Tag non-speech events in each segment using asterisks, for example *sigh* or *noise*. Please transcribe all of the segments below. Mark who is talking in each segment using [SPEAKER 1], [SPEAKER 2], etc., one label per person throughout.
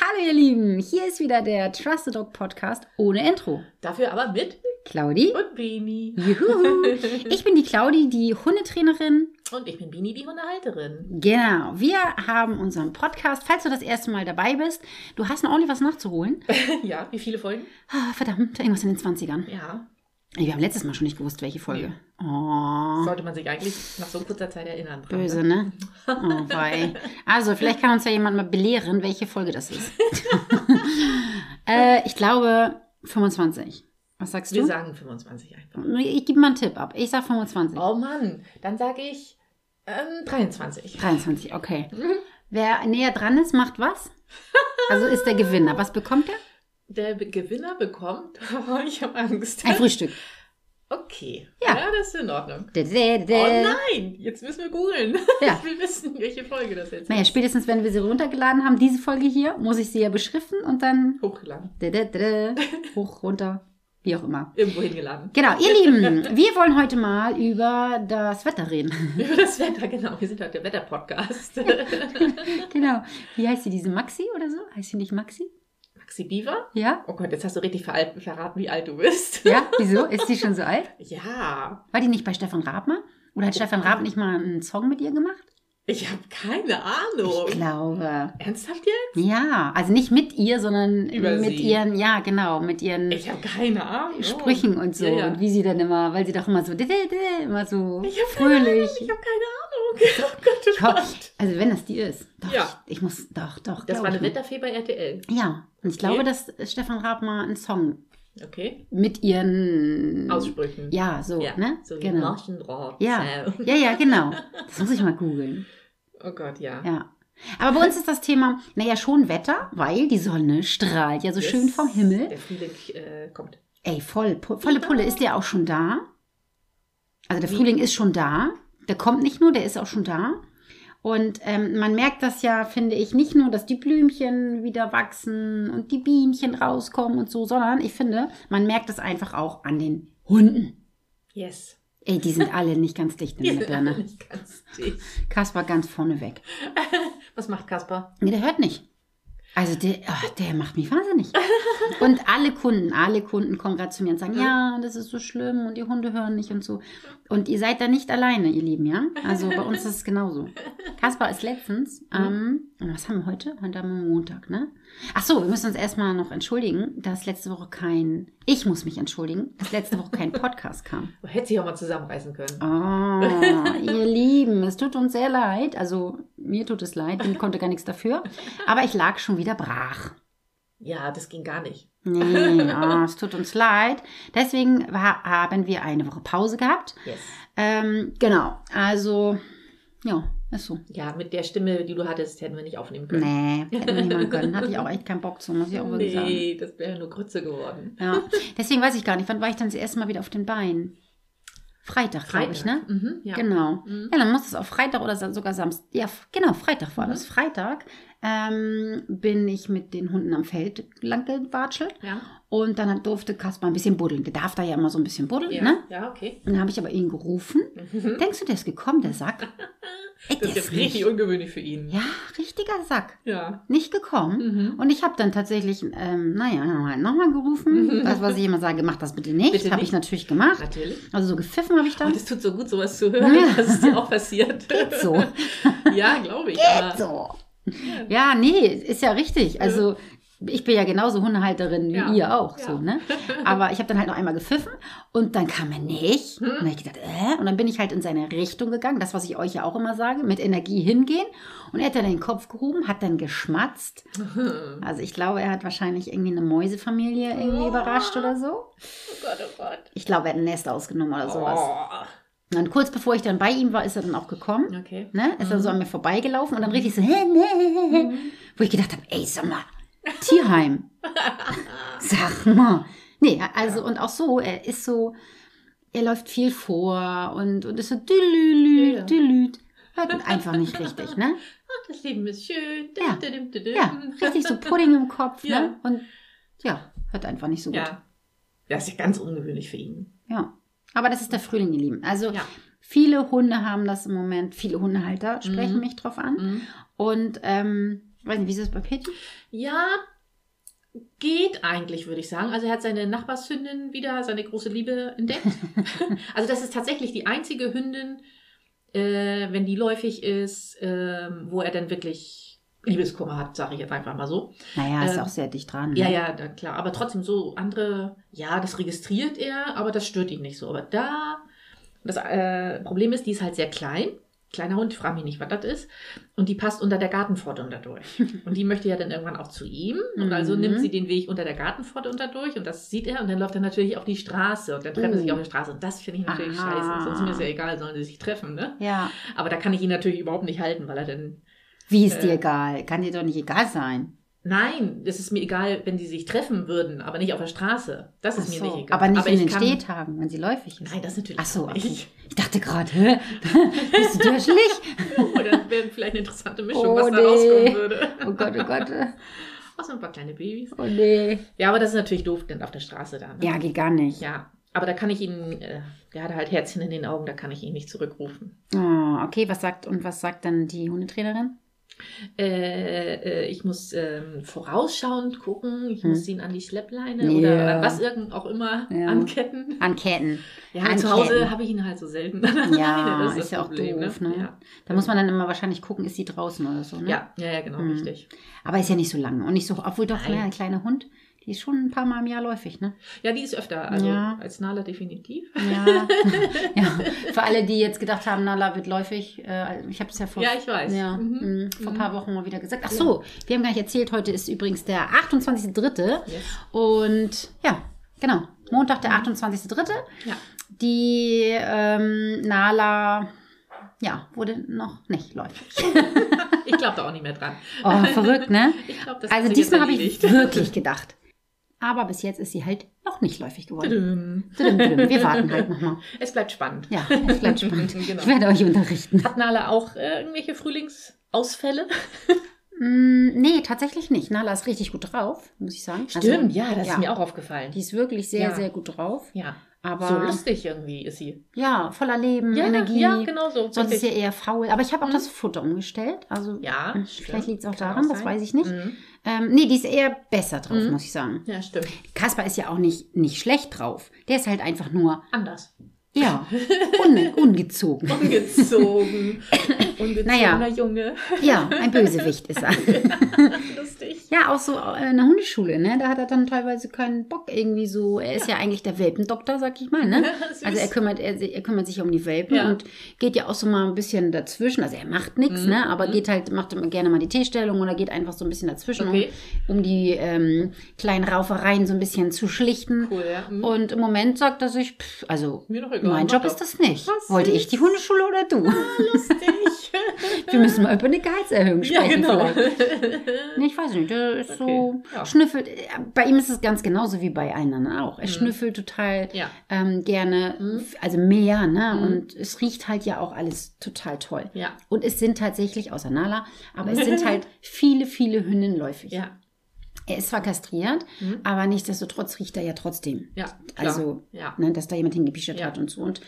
[SPEAKER 1] Hallo ihr Lieben, hier ist wieder der Trust the Dog Podcast ohne Intro.
[SPEAKER 2] Dafür aber mit
[SPEAKER 1] Claudi?
[SPEAKER 2] und Bini.
[SPEAKER 1] Juhu. Ich bin die Claudi, die Hundetrainerin.
[SPEAKER 2] Und ich bin Bini, die Hundehalterin. *laughs*
[SPEAKER 1] Genau, wir haben unseren Podcast. Falls du das erste Mal dabei bist, du hast noch ordentlich was nachzuholen.
[SPEAKER 2] Ja, wie viele Folgen?
[SPEAKER 1] Ah, verdammt, irgendwas in den 20ern.
[SPEAKER 2] Ja,
[SPEAKER 1] Ey, Wir haben letztes Mal schon nicht gewusst, welche Folge. Oh,
[SPEAKER 2] sollte man sich eigentlich nach so kurzer Zeit erinnern. dran,
[SPEAKER 1] böse, ne?
[SPEAKER 2] ne?
[SPEAKER 1] Oh, wei. Also, vielleicht kann uns ja jemand mal belehren, welche Folge das ist. äh, ich glaube 25. Was sagst
[SPEAKER 2] Wir
[SPEAKER 1] du?
[SPEAKER 2] sagen 25 einfach.
[SPEAKER 1] Ich gebe mal einen Tipp ab. Ich sag 25.
[SPEAKER 2] Oh Mann, dann sage ich ähm, 23.
[SPEAKER 1] 23, okay.
[SPEAKER 2] Mhm.
[SPEAKER 1] Wer näher dran ist, macht was? Also ist der Gewinner. Was bekommt er?
[SPEAKER 2] Der Be- Gewinner bekommt. *laughs* Oh, ich habe Angst.
[SPEAKER 1] Ein Frühstück.
[SPEAKER 2] Okay.
[SPEAKER 1] Ja.
[SPEAKER 2] das ist in Ordnung.
[SPEAKER 1] Dä, dä,
[SPEAKER 2] Oh
[SPEAKER 1] dä.
[SPEAKER 2] nein, jetzt müssen *laughs* wir googeln.
[SPEAKER 1] Ja.
[SPEAKER 2] Ich will wissen, welche Folge das jetzt
[SPEAKER 1] Naja,
[SPEAKER 2] ist.
[SPEAKER 1] spätestens wenn wir sie runtergeladen haben, diese Folge hier, muss ich sie ja beschriften und dann
[SPEAKER 2] Hochgeladen.
[SPEAKER 1] dä, dä, dä, hoch, runter, wie auch immer. *laughs*
[SPEAKER 2] Irgendwo hingeladen.
[SPEAKER 1] Genau, ihr Lieben, wir wollen heute mal über das Wetter reden. *laughs*
[SPEAKER 2] Über das Wetter, genau. Wir sind heute der Wetter-Podcast.
[SPEAKER 1] *laughs* genau. Wie heißt sie, diese Maxi oder so? Heißt sie nicht Maxi?
[SPEAKER 2] Maxi Beaver?
[SPEAKER 1] Ja?
[SPEAKER 2] Oh Gott, jetzt hast du richtig veralt- verraten, wie alt du bist. *laughs*
[SPEAKER 1] Ja? Wieso? Ist sie schon so alt?
[SPEAKER 2] Ja,
[SPEAKER 1] War die nicht bei Stefan Raab mal? Oder hat Stefan Raab nicht mal einen Song mit ihr gemacht?
[SPEAKER 2] ich habe keine Ahnung.
[SPEAKER 1] Ich glaube.
[SPEAKER 2] Ernsthaft jetzt?
[SPEAKER 1] Ja, also nicht mit ihr, sondern
[SPEAKER 2] Über
[SPEAKER 1] mit
[SPEAKER 2] sie.
[SPEAKER 1] ihren, ja, genau, mit ihren
[SPEAKER 2] Ich habe keine Ahnung.
[SPEAKER 1] Sprüchen und so.
[SPEAKER 2] Ja, ja.
[SPEAKER 1] Und wie sie dann immer, weil sie doch immer so, dä, dä, dä, immer so
[SPEAKER 2] Ich hab keine
[SPEAKER 1] fröhlich.
[SPEAKER 2] Ich habe keine Ahnung. *laughs* Oh Gott, das
[SPEAKER 1] Komm.
[SPEAKER 2] macht.
[SPEAKER 1] Also wenn das die ist. Doch,
[SPEAKER 2] Ja.
[SPEAKER 1] ich, ich muss, doch, doch.
[SPEAKER 2] Das
[SPEAKER 1] glaub
[SPEAKER 2] war eine
[SPEAKER 1] ich mal.
[SPEAKER 2] Wetterfee bei RTL.
[SPEAKER 1] Ja, und ich glaube,
[SPEAKER 2] Okay.
[SPEAKER 1] dass Stefan Raab mal einen Song
[SPEAKER 2] Okay.
[SPEAKER 1] mit ihren
[SPEAKER 2] Aussprüchen.
[SPEAKER 1] Ja, so, ne?
[SPEAKER 2] So wie
[SPEAKER 1] genau.
[SPEAKER 2] Marschenrot.
[SPEAKER 1] Ja.
[SPEAKER 2] So.
[SPEAKER 1] Ja, ja, genau. Das muss ich mal googeln.
[SPEAKER 2] *laughs* Oh Gott, ja.
[SPEAKER 1] Ja. Aber bei uns ist das Thema, naja, schon Wetter, weil die Sonne strahlt ja so
[SPEAKER 2] Yes.
[SPEAKER 1] schön vom Himmel.
[SPEAKER 2] Der Frühling äh, kommt.
[SPEAKER 1] Ey, voll, pu volle Pulle. Ist der auch schon da? Also der
[SPEAKER 2] Wie?
[SPEAKER 1] Frühling ist schon da. Der kommt nicht nur, der ist auch schon da. Und ähm, man merkt das ja, finde ich, nicht nur, dass die Blümchen wieder wachsen und die Bienchen rauskommen und so, sondern ich finde, man merkt es einfach auch an den Hunden.
[SPEAKER 2] Yes.
[SPEAKER 1] Ey, die
[SPEAKER 2] *laughs*
[SPEAKER 1] sind alle nicht ganz dicht
[SPEAKER 2] Die
[SPEAKER 1] in der
[SPEAKER 2] sind alle *laughs*
[SPEAKER 1] Birne.
[SPEAKER 2] nicht ganz dicht.
[SPEAKER 1] Kaspar ganz vorne weg.
[SPEAKER 2] Was macht Kasper?
[SPEAKER 1] Nee, der hört nicht. Also der, ah, der macht mich wahnsinnig. Und alle Kunden, alle Kunden kommen gerade zu mir und sagen, ja, das ist so schlimm und die Hunde hören nicht und so. Und ihr seid da nicht alleine, ihr Lieben, ja? Also bei uns ist es genauso. Kaspar ist letztens, ähm, was haben wir heute? Heute haben wir Montag, ne? Ach so, wir müssen uns erstmal noch entschuldigen, dass letzte Woche kein, ich muss mich entschuldigen, dass letzte Woche kein Podcast kam.
[SPEAKER 2] Oh, hätte sich auch mal zusammenreißen können.
[SPEAKER 1] Oh, ihr Lieben, es tut uns sehr leid. Also mir tut es leid, ich konnte gar nichts dafür. Aber ich lag schon wieder brach.
[SPEAKER 2] Ja, das ging gar nicht.
[SPEAKER 1] Nee, oh, es tut uns leid. Deswegen war, haben wir eine Woche Pause gehabt.
[SPEAKER 2] Yes.
[SPEAKER 1] Ähm, genau, also ja, ist so.
[SPEAKER 2] Ja, mit der Stimme, die du hattest, hätten wir nicht aufnehmen können.
[SPEAKER 1] Nee, hätten wir nicht machen können. Hatte ich auch echt keinen Bock zu, muss ich auch wirklich sagen.
[SPEAKER 2] nee das wäre nur Grütze geworden.
[SPEAKER 1] Ja, deswegen weiß ich gar nicht, wann war ich dann das erste Mal wieder auf den Beinen? Freitag, glaube ich, ne?
[SPEAKER 2] Mhm, ja.
[SPEAKER 1] Genau.
[SPEAKER 2] Mhm.
[SPEAKER 1] Ja, dann muss es auf Freitag oder sa- sogar Samstag. Ja, f- genau, Freitag war
[SPEAKER 2] Mhm.
[SPEAKER 1] das. Freitag ähm, bin ich mit den Hunden am Feld lang gewatschelt
[SPEAKER 2] Ja,
[SPEAKER 1] und dann hat, durfte Kaspar ein bisschen buddeln. Der darf da ja immer so ein bisschen buddeln,
[SPEAKER 2] ja,
[SPEAKER 1] ne?
[SPEAKER 2] ja *laughs* okay.
[SPEAKER 1] Und dann habe ich aber ihn gerufen.
[SPEAKER 2] Mhm.
[SPEAKER 1] Denkst du, der ist gekommen, der Sack?
[SPEAKER 2] *laughs*
[SPEAKER 1] Ey,
[SPEAKER 2] Das ist jetzt
[SPEAKER 1] nicht-
[SPEAKER 2] richtig ungewöhnlich für ihn.
[SPEAKER 1] Ja, richtiger Sack.
[SPEAKER 2] Ja.
[SPEAKER 1] Nicht gekommen.
[SPEAKER 2] Mhm.
[SPEAKER 1] Und ich habe dann tatsächlich, ähm, naja, nochmal nochmal
[SPEAKER 2] *laughs*
[SPEAKER 1] gerufen. Das, was ich immer sage, mach das bitte nicht.
[SPEAKER 2] Bitte
[SPEAKER 1] Habe ich
[SPEAKER 2] nicht. Oh,
[SPEAKER 1] natürlich gemacht.
[SPEAKER 2] Natürlich.
[SPEAKER 1] Also so gepfiffen habe ich
[SPEAKER 2] Und
[SPEAKER 1] dann.
[SPEAKER 2] es tut so gut, sowas *laughs* zu hören,
[SPEAKER 1] Ja.
[SPEAKER 2] dass es dir auch *laughs* passiert.
[SPEAKER 1] Geht so.
[SPEAKER 2] Ja, glaube ich. aber- *laughs*
[SPEAKER 1] so. Ja, nee, ist ja richtig. Also ich bin ja genauso Hundehalterin wie
[SPEAKER 2] Ja.
[SPEAKER 1] ihr auch,
[SPEAKER 2] Ja.
[SPEAKER 1] so, ne? Aber ich habe dann halt noch einmal gepfiffen und dann kam er nicht.
[SPEAKER 2] Hm.
[SPEAKER 1] Und dann hab ich gedacht, äh? Und dann bin ich halt in seine Richtung gegangen, das, was ich euch ja auch immer sage, mit Energie hingehen. Und er hat dann den Kopf gehoben, hat dann geschmatzt.
[SPEAKER 2] Mhm.
[SPEAKER 1] Also ich glaube, er hat wahrscheinlich irgendwie eine Mäusefamilie irgendwie
[SPEAKER 2] Oh.
[SPEAKER 1] überrascht oder so.
[SPEAKER 2] Oh Gott, oh Gott.
[SPEAKER 1] Ich glaube, er hat ein Nest ausgenommen oder sowas.
[SPEAKER 2] Oh.
[SPEAKER 1] Und dann kurz bevor ich dann bei ihm war, ist er dann auch gekommen.
[SPEAKER 2] *laughs* Okay.
[SPEAKER 1] Ne? Ist
[SPEAKER 2] Mhm.
[SPEAKER 1] dann so an mir vorbeigelaufen und dann richtig so, *laughs* hä, ne, wo ich gedacht habe, ey, sag mal, Tierheim. sag mal. Nee, also und auch so, er ist so, er läuft viel vor und, und ist so
[SPEAKER 2] Ja, ja.
[SPEAKER 1] dülülüt, dülüt. Hört ihn einfach nicht richtig, ne?
[SPEAKER 2] Ach, das Leben ist schön.
[SPEAKER 1] Ja.
[SPEAKER 2] Düm, düm, düm, düm.
[SPEAKER 1] Ja, richtig so Pudding im Kopf,
[SPEAKER 2] Ja.
[SPEAKER 1] ne? Und ja, hört einfach nicht so gut. Ja.
[SPEAKER 2] *laughs* ja. Das ist ja ganz ungewöhnlich für ihn.
[SPEAKER 1] Aber das ist der Frühling, ihr Lieben. Also
[SPEAKER 2] Ja.
[SPEAKER 1] viele Hunde haben das im Moment, viele Hundehalter sprechen
[SPEAKER 2] Mhm.
[SPEAKER 1] mich drauf an.
[SPEAKER 2] Mhm.
[SPEAKER 1] Und ähm, Weiß nicht, wie ist das bei Pitti?
[SPEAKER 2] Ja, geht eigentlich, würde ich sagen. Also er hat seine Nachbarshündin wieder, seine große Liebe entdeckt. also das ist tatsächlich die einzige Hündin, äh, wenn die läufig ist, ähm, wo er dann wirklich Liebeskummer hat, sage ich jetzt einfach mal so.
[SPEAKER 1] Naja, ist
[SPEAKER 2] Ähm,
[SPEAKER 1] auch sehr dicht dran. ne?
[SPEAKER 2] Ja, ja, da- klar. Aber trotzdem so andere, ja, das registriert er, aber das stört ihn nicht so. Aber da, das äh, Problem ist, die ist halt sehr klein. Kleiner Hund, frag mich nicht, was das ist. Und die passt unter der Gartenpforte
[SPEAKER 1] *laughs*
[SPEAKER 2] unter durch. Und die möchte ja dann irgendwann auch zu ihm. Und also
[SPEAKER 1] Mhm.
[SPEAKER 2] nimmt sie den Weg unter der Gartenpforte unter durch. Und das sieht er. Und dann läuft er natürlich auf die Straße. Und dann treffen sie sich
[SPEAKER 1] Oh.
[SPEAKER 2] auf der Straße. Und das finde ich natürlich
[SPEAKER 1] Ah.
[SPEAKER 2] scheiße. Sonst ist mir ist ja egal, sollen sie sich treffen, ne?
[SPEAKER 1] Ja.
[SPEAKER 2] Aber da kann ich ihn natürlich überhaupt nicht halten, weil er dann
[SPEAKER 1] Wie ist dir
[SPEAKER 2] Äh.
[SPEAKER 1] egal? Kann dir doch nicht egal sein.
[SPEAKER 2] Nein, es ist mir egal, wenn die sich treffen würden, aber nicht auf der Straße. Das ist
[SPEAKER 1] Ach
[SPEAKER 2] mir
[SPEAKER 1] so.
[SPEAKER 2] nicht egal.
[SPEAKER 1] Aber nicht in
[SPEAKER 2] ich
[SPEAKER 1] den
[SPEAKER 2] kann-
[SPEAKER 1] Stehtagen, wenn sie läufig ist.
[SPEAKER 2] Nein, das natürlich
[SPEAKER 1] Ach so, okay.
[SPEAKER 2] nicht.
[SPEAKER 1] Ich dachte gerade, hä? *laughs* bist du durchlich?
[SPEAKER 2] *laughs* Oh, dann wäre vielleicht eine interessante Mischung,
[SPEAKER 1] Oh,
[SPEAKER 2] was da
[SPEAKER 1] nee.
[SPEAKER 2] rauskommen würde.
[SPEAKER 1] Oh Gott, oh Gott.
[SPEAKER 2] Was ein paar kleine Babys.
[SPEAKER 1] Oh nee.
[SPEAKER 2] Ja, aber das ist natürlich doof, denn auf der Straße da. ne?
[SPEAKER 1] Ja, geht gar nicht.
[SPEAKER 2] Ja, aber da kann ich ihn, äh, der hat halt Herzchen in den Augen, da kann ich ihn nicht zurückrufen.
[SPEAKER 1] Oh, okay, was sagt und was sagt dann die Hundetrainerin?
[SPEAKER 2] Äh, äh, ich muss ähm, vorausschauend gucken, ich
[SPEAKER 1] Hm.
[SPEAKER 2] muss ihn an die Schleppleine
[SPEAKER 1] Ja.
[SPEAKER 2] oder was irgend auch immer
[SPEAKER 1] Ja.
[SPEAKER 2] anketten.
[SPEAKER 1] An
[SPEAKER 2] *laughs*
[SPEAKER 1] Ketten.
[SPEAKER 2] Ja,
[SPEAKER 1] Anketten.
[SPEAKER 2] zu Hause habe ich ihn halt so selten. *laughs*
[SPEAKER 1] Ja,
[SPEAKER 2] das
[SPEAKER 1] ist ja auch doof, ne?
[SPEAKER 2] Ja.
[SPEAKER 1] Da muss man dann immer wahrscheinlich gucken, ist sie draußen oder so. Ne?
[SPEAKER 2] Ja, ja, ja, genau,
[SPEAKER 1] Mhm.
[SPEAKER 2] richtig.
[SPEAKER 1] Aber ist ja nicht so lang und nicht so, obwohl doch
[SPEAKER 2] Nein.
[SPEAKER 1] ne, ein kleiner Hund, die ist schon ein paar Mal im Jahr läufig,
[SPEAKER 2] *laughs*
[SPEAKER 1] ne?
[SPEAKER 2] Ja, die ist öfter, also
[SPEAKER 1] Ja.
[SPEAKER 2] als Nala definitiv.
[SPEAKER 1] Ja. *laughs* ja. Für alle, die jetzt gedacht haben, Nala wird läufig, äh, ich habe es ja vor
[SPEAKER 2] Ja, ich weiß.
[SPEAKER 1] Ja, mh,
[SPEAKER 2] Mhm.
[SPEAKER 1] vor ein paar Wochen mal wieder gesagt. Ach
[SPEAKER 2] Ja.
[SPEAKER 1] so, wir haben gar nicht erzählt, heute ist übrigens der 28.3.
[SPEAKER 2] Yes.
[SPEAKER 1] Und ja, genau, Montag, der 28.3.
[SPEAKER 2] Mhm. Ja.
[SPEAKER 1] Die ähm, Nala, ja, wurde noch nicht läufig.
[SPEAKER 2] Ich glaube da auch nicht mehr dran. *laughs*
[SPEAKER 1] Oh, verrückt, ne?
[SPEAKER 2] Ich glaub, das
[SPEAKER 1] Also
[SPEAKER 2] hat sich
[SPEAKER 1] diesmal
[SPEAKER 2] jetzt
[SPEAKER 1] habe ich
[SPEAKER 2] erledigt. *laughs*
[SPEAKER 1] wirklich gedacht. Aber bis jetzt ist sie halt noch nicht läufig geworden.
[SPEAKER 2] Tudum.
[SPEAKER 1] Tudum, tudum. Wir warten halt nochmal.
[SPEAKER 2] Es bleibt spannend. *laughs*
[SPEAKER 1] Ja, es bleibt spannend.
[SPEAKER 2] Genau.
[SPEAKER 1] Ich werde euch unterrichten.
[SPEAKER 2] Hat Nala auch äh, irgendwelche Frühlingsausfälle?
[SPEAKER 1] Mm, nee, tatsächlich nicht. Nala ist richtig gut drauf, muss ich sagen. Also,
[SPEAKER 2] ja, das
[SPEAKER 1] ja.
[SPEAKER 2] ist mir auch aufgefallen.
[SPEAKER 1] Die ist wirklich sehr,
[SPEAKER 2] Ja.
[SPEAKER 1] sehr gut drauf.
[SPEAKER 2] Ja,
[SPEAKER 1] Aber
[SPEAKER 2] so lustig irgendwie ist sie.
[SPEAKER 1] ja, voller Leben,
[SPEAKER 2] Ja,
[SPEAKER 1] Energie.
[SPEAKER 2] ja, genau so.
[SPEAKER 1] Sonst ist sie
[SPEAKER 2] richtig.
[SPEAKER 1] eher faul. Aber ich habe auch
[SPEAKER 2] Mhm.
[SPEAKER 1] das Futter umgestellt. Also
[SPEAKER 2] ja,
[SPEAKER 1] mh,
[SPEAKER 2] stimmt.
[SPEAKER 1] vielleicht liegt es auch
[SPEAKER 2] Kann
[SPEAKER 1] daran,
[SPEAKER 2] auch
[SPEAKER 1] das
[SPEAKER 2] sein.
[SPEAKER 1] weiß ich nicht.
[SPEAKER 2] Mhm.
[SPEAKER 1] Ähm, nee, die ist eher besser drauf,
[SPEAKER 2] Mhm.
[SPEAKER 1] muss ich sagen.
[SPEAKER 2] Ja, stimmt.
[SPEAKER 1] Kaspar ist ja auch nicht, nicht schlecht drauf. Der ist halt einfach nur,
[SPEAKER 2] Anders. *laughs*
[SPEAKER 1] ja, unge ungezogen. *laughs*
[SPEAKER 2] Ungezogen. Ungezogener
[SPEAKER 1] Naja.
[SPEAKER 2] Junge. *laughs*
[SPEAKER 1] Ja, ein Bösewicht ist er.
[SPEAKER 2] Lustig.
[SPEAKER 1] Ja, auch so äh, in der Hundeschule, ne? Da hat er dann teilweise keinen Bock irgendwie so. Er ist ja, eigentlich der Welpendoktor, sag ich mal,
[SPEAKER 2] *laughs*
[SPEAKER 1] ne?
[SPEAKER 2] Süß.
[SPEAKER 1] Also er kümmert, er, si- er kümmert sich um die Welpen
[SPEAKER 2] Ja.
[SPEAKER 1] und geht ja auch so mal ein bisschen dazwischen. Also er macht nichts,
[SPEAKER 2] Mhm.
[SPEAKER 1] ne? Aber
[SPEAKER 2] Mhm.
[SPEAKER 1] geht halt, macht immer gerne mal die Teestellung oder geht einfach so ein bisschen dazwischen,
[SPEAKER 2] Okay,
[SPEAKER 1] um, um die ähm, kleinen Raufereien so ein bisschen zu schlichten.
[SPEAKER 2] cool, ja. Mhm.
[SPEAKER 1] Und im Moment sagt er sich, pff, also
[SPEAKER 2] Mir doch egal.
[SPEAKER 1] mein
[SPEAKER 2] mach
[SPEAKER 1] Job
[SPEAKER 2] doch.
[SPEAKER 1] ist das nicht.
[SPEAKER 2] Was
[SPEAKER 1] Wollte ich die
[SPEAKER 2] süß.
[SPEAKER 1] Hundeschule oder du?
[SPEAKER 2] *laughs* lustig.
[SPEAKER 1] Wir müssen mal über eine Gehaltserhöhung
[SPEAKER 2] *laughs* ja,
[SPEAKER 1] sprechen
[SPEAKER 2] genau.
[SPEAKER 1] vielleicht. Nee, ich weiß nicht, der ist so,
[SPEAKER 2] Okay, ja.
[SPEAKER 1] schnüffelt, bei ihm ist es ganz genauso wie bei allen anderen auch. Er schnüffelt total
[SPEAKER 2] Mhm. ja.
[SPEAKER 1] ähm, gerne,
[SPEAKER 2] Mhm.
[SPEAKER 1] also mehr, ne?
[SPEAKER 2] Mhm.
[SPEAKER 1] Und es riecht halt ja auch alles total toll.
[SPEAKER 2] Ja,
[SPEAKER 1] Und es sind tatsächlich, außer Nala, aber es sind
[SPEAKER 2] *laughs*
[SPEAKER 1] halt viele, viele Hündinnen läufig.
[SPEAKER 2] ja,
[SPEAKER 1] Er ist zwar kastriert,
[SPEAKER 2] Mhm.
[SPEAKER 1] aber nichtsdestotrotz riecht er ja trotzdem.
[SPEAKER 2] ja. Klar.
[SPEAKER 1] Also,
[SPEAKER 2] ja.
[SPEAKER 1] ne, dass da jemand hingepischert
[SPEAKER 2] Ja.
[SPEAKER 1] hat und so. Und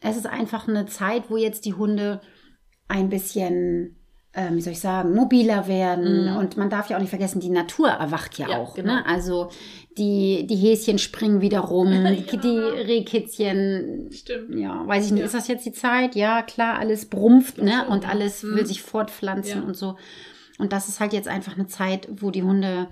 [SPEAKER 1] es ist einfach eine Zeit, wo jetzt die Hunde ein bisschen, ähm, wie soll ich sagen, mobiler werden.
[SPEAKER 2] Mhm.
[SPEAKER 1] Und man darf ja auch nicht vergessen, die Natur erwacht ja,
[SPEAKER 2] Ja,
[SPEAKER 1] auch.
[SPEAKER 2] genau.
[SPEAKER 1] Ne? Also die, die Häschen springen wieder rum,
[SPEAKER 2] *laughs* Ja.
[SPEAKER 1] die Rehkitzchen.
[SPEAKER 2] Stimmt.
[SPEAKER 1] Ja, weiß ich nicht,
[SPEAKER 2] Ja.
[SPEAKER 1] ist das jetzt die Zeit? Ja, klar, alles brumpft ne?
[SPEAKER 2] schon,
[SPEAKER 1] und
[SPEAKER 2] ja.
[SPEAKER 1] alles
[SPEAKER 2] Mhm.
[SPEAKER 1] will sich fortpflanzen
[SPEAKER 2] Ja.
[SPEAKER 1] und so. Und das ist halt jetzt einfach eine Zeit, wo die Hunde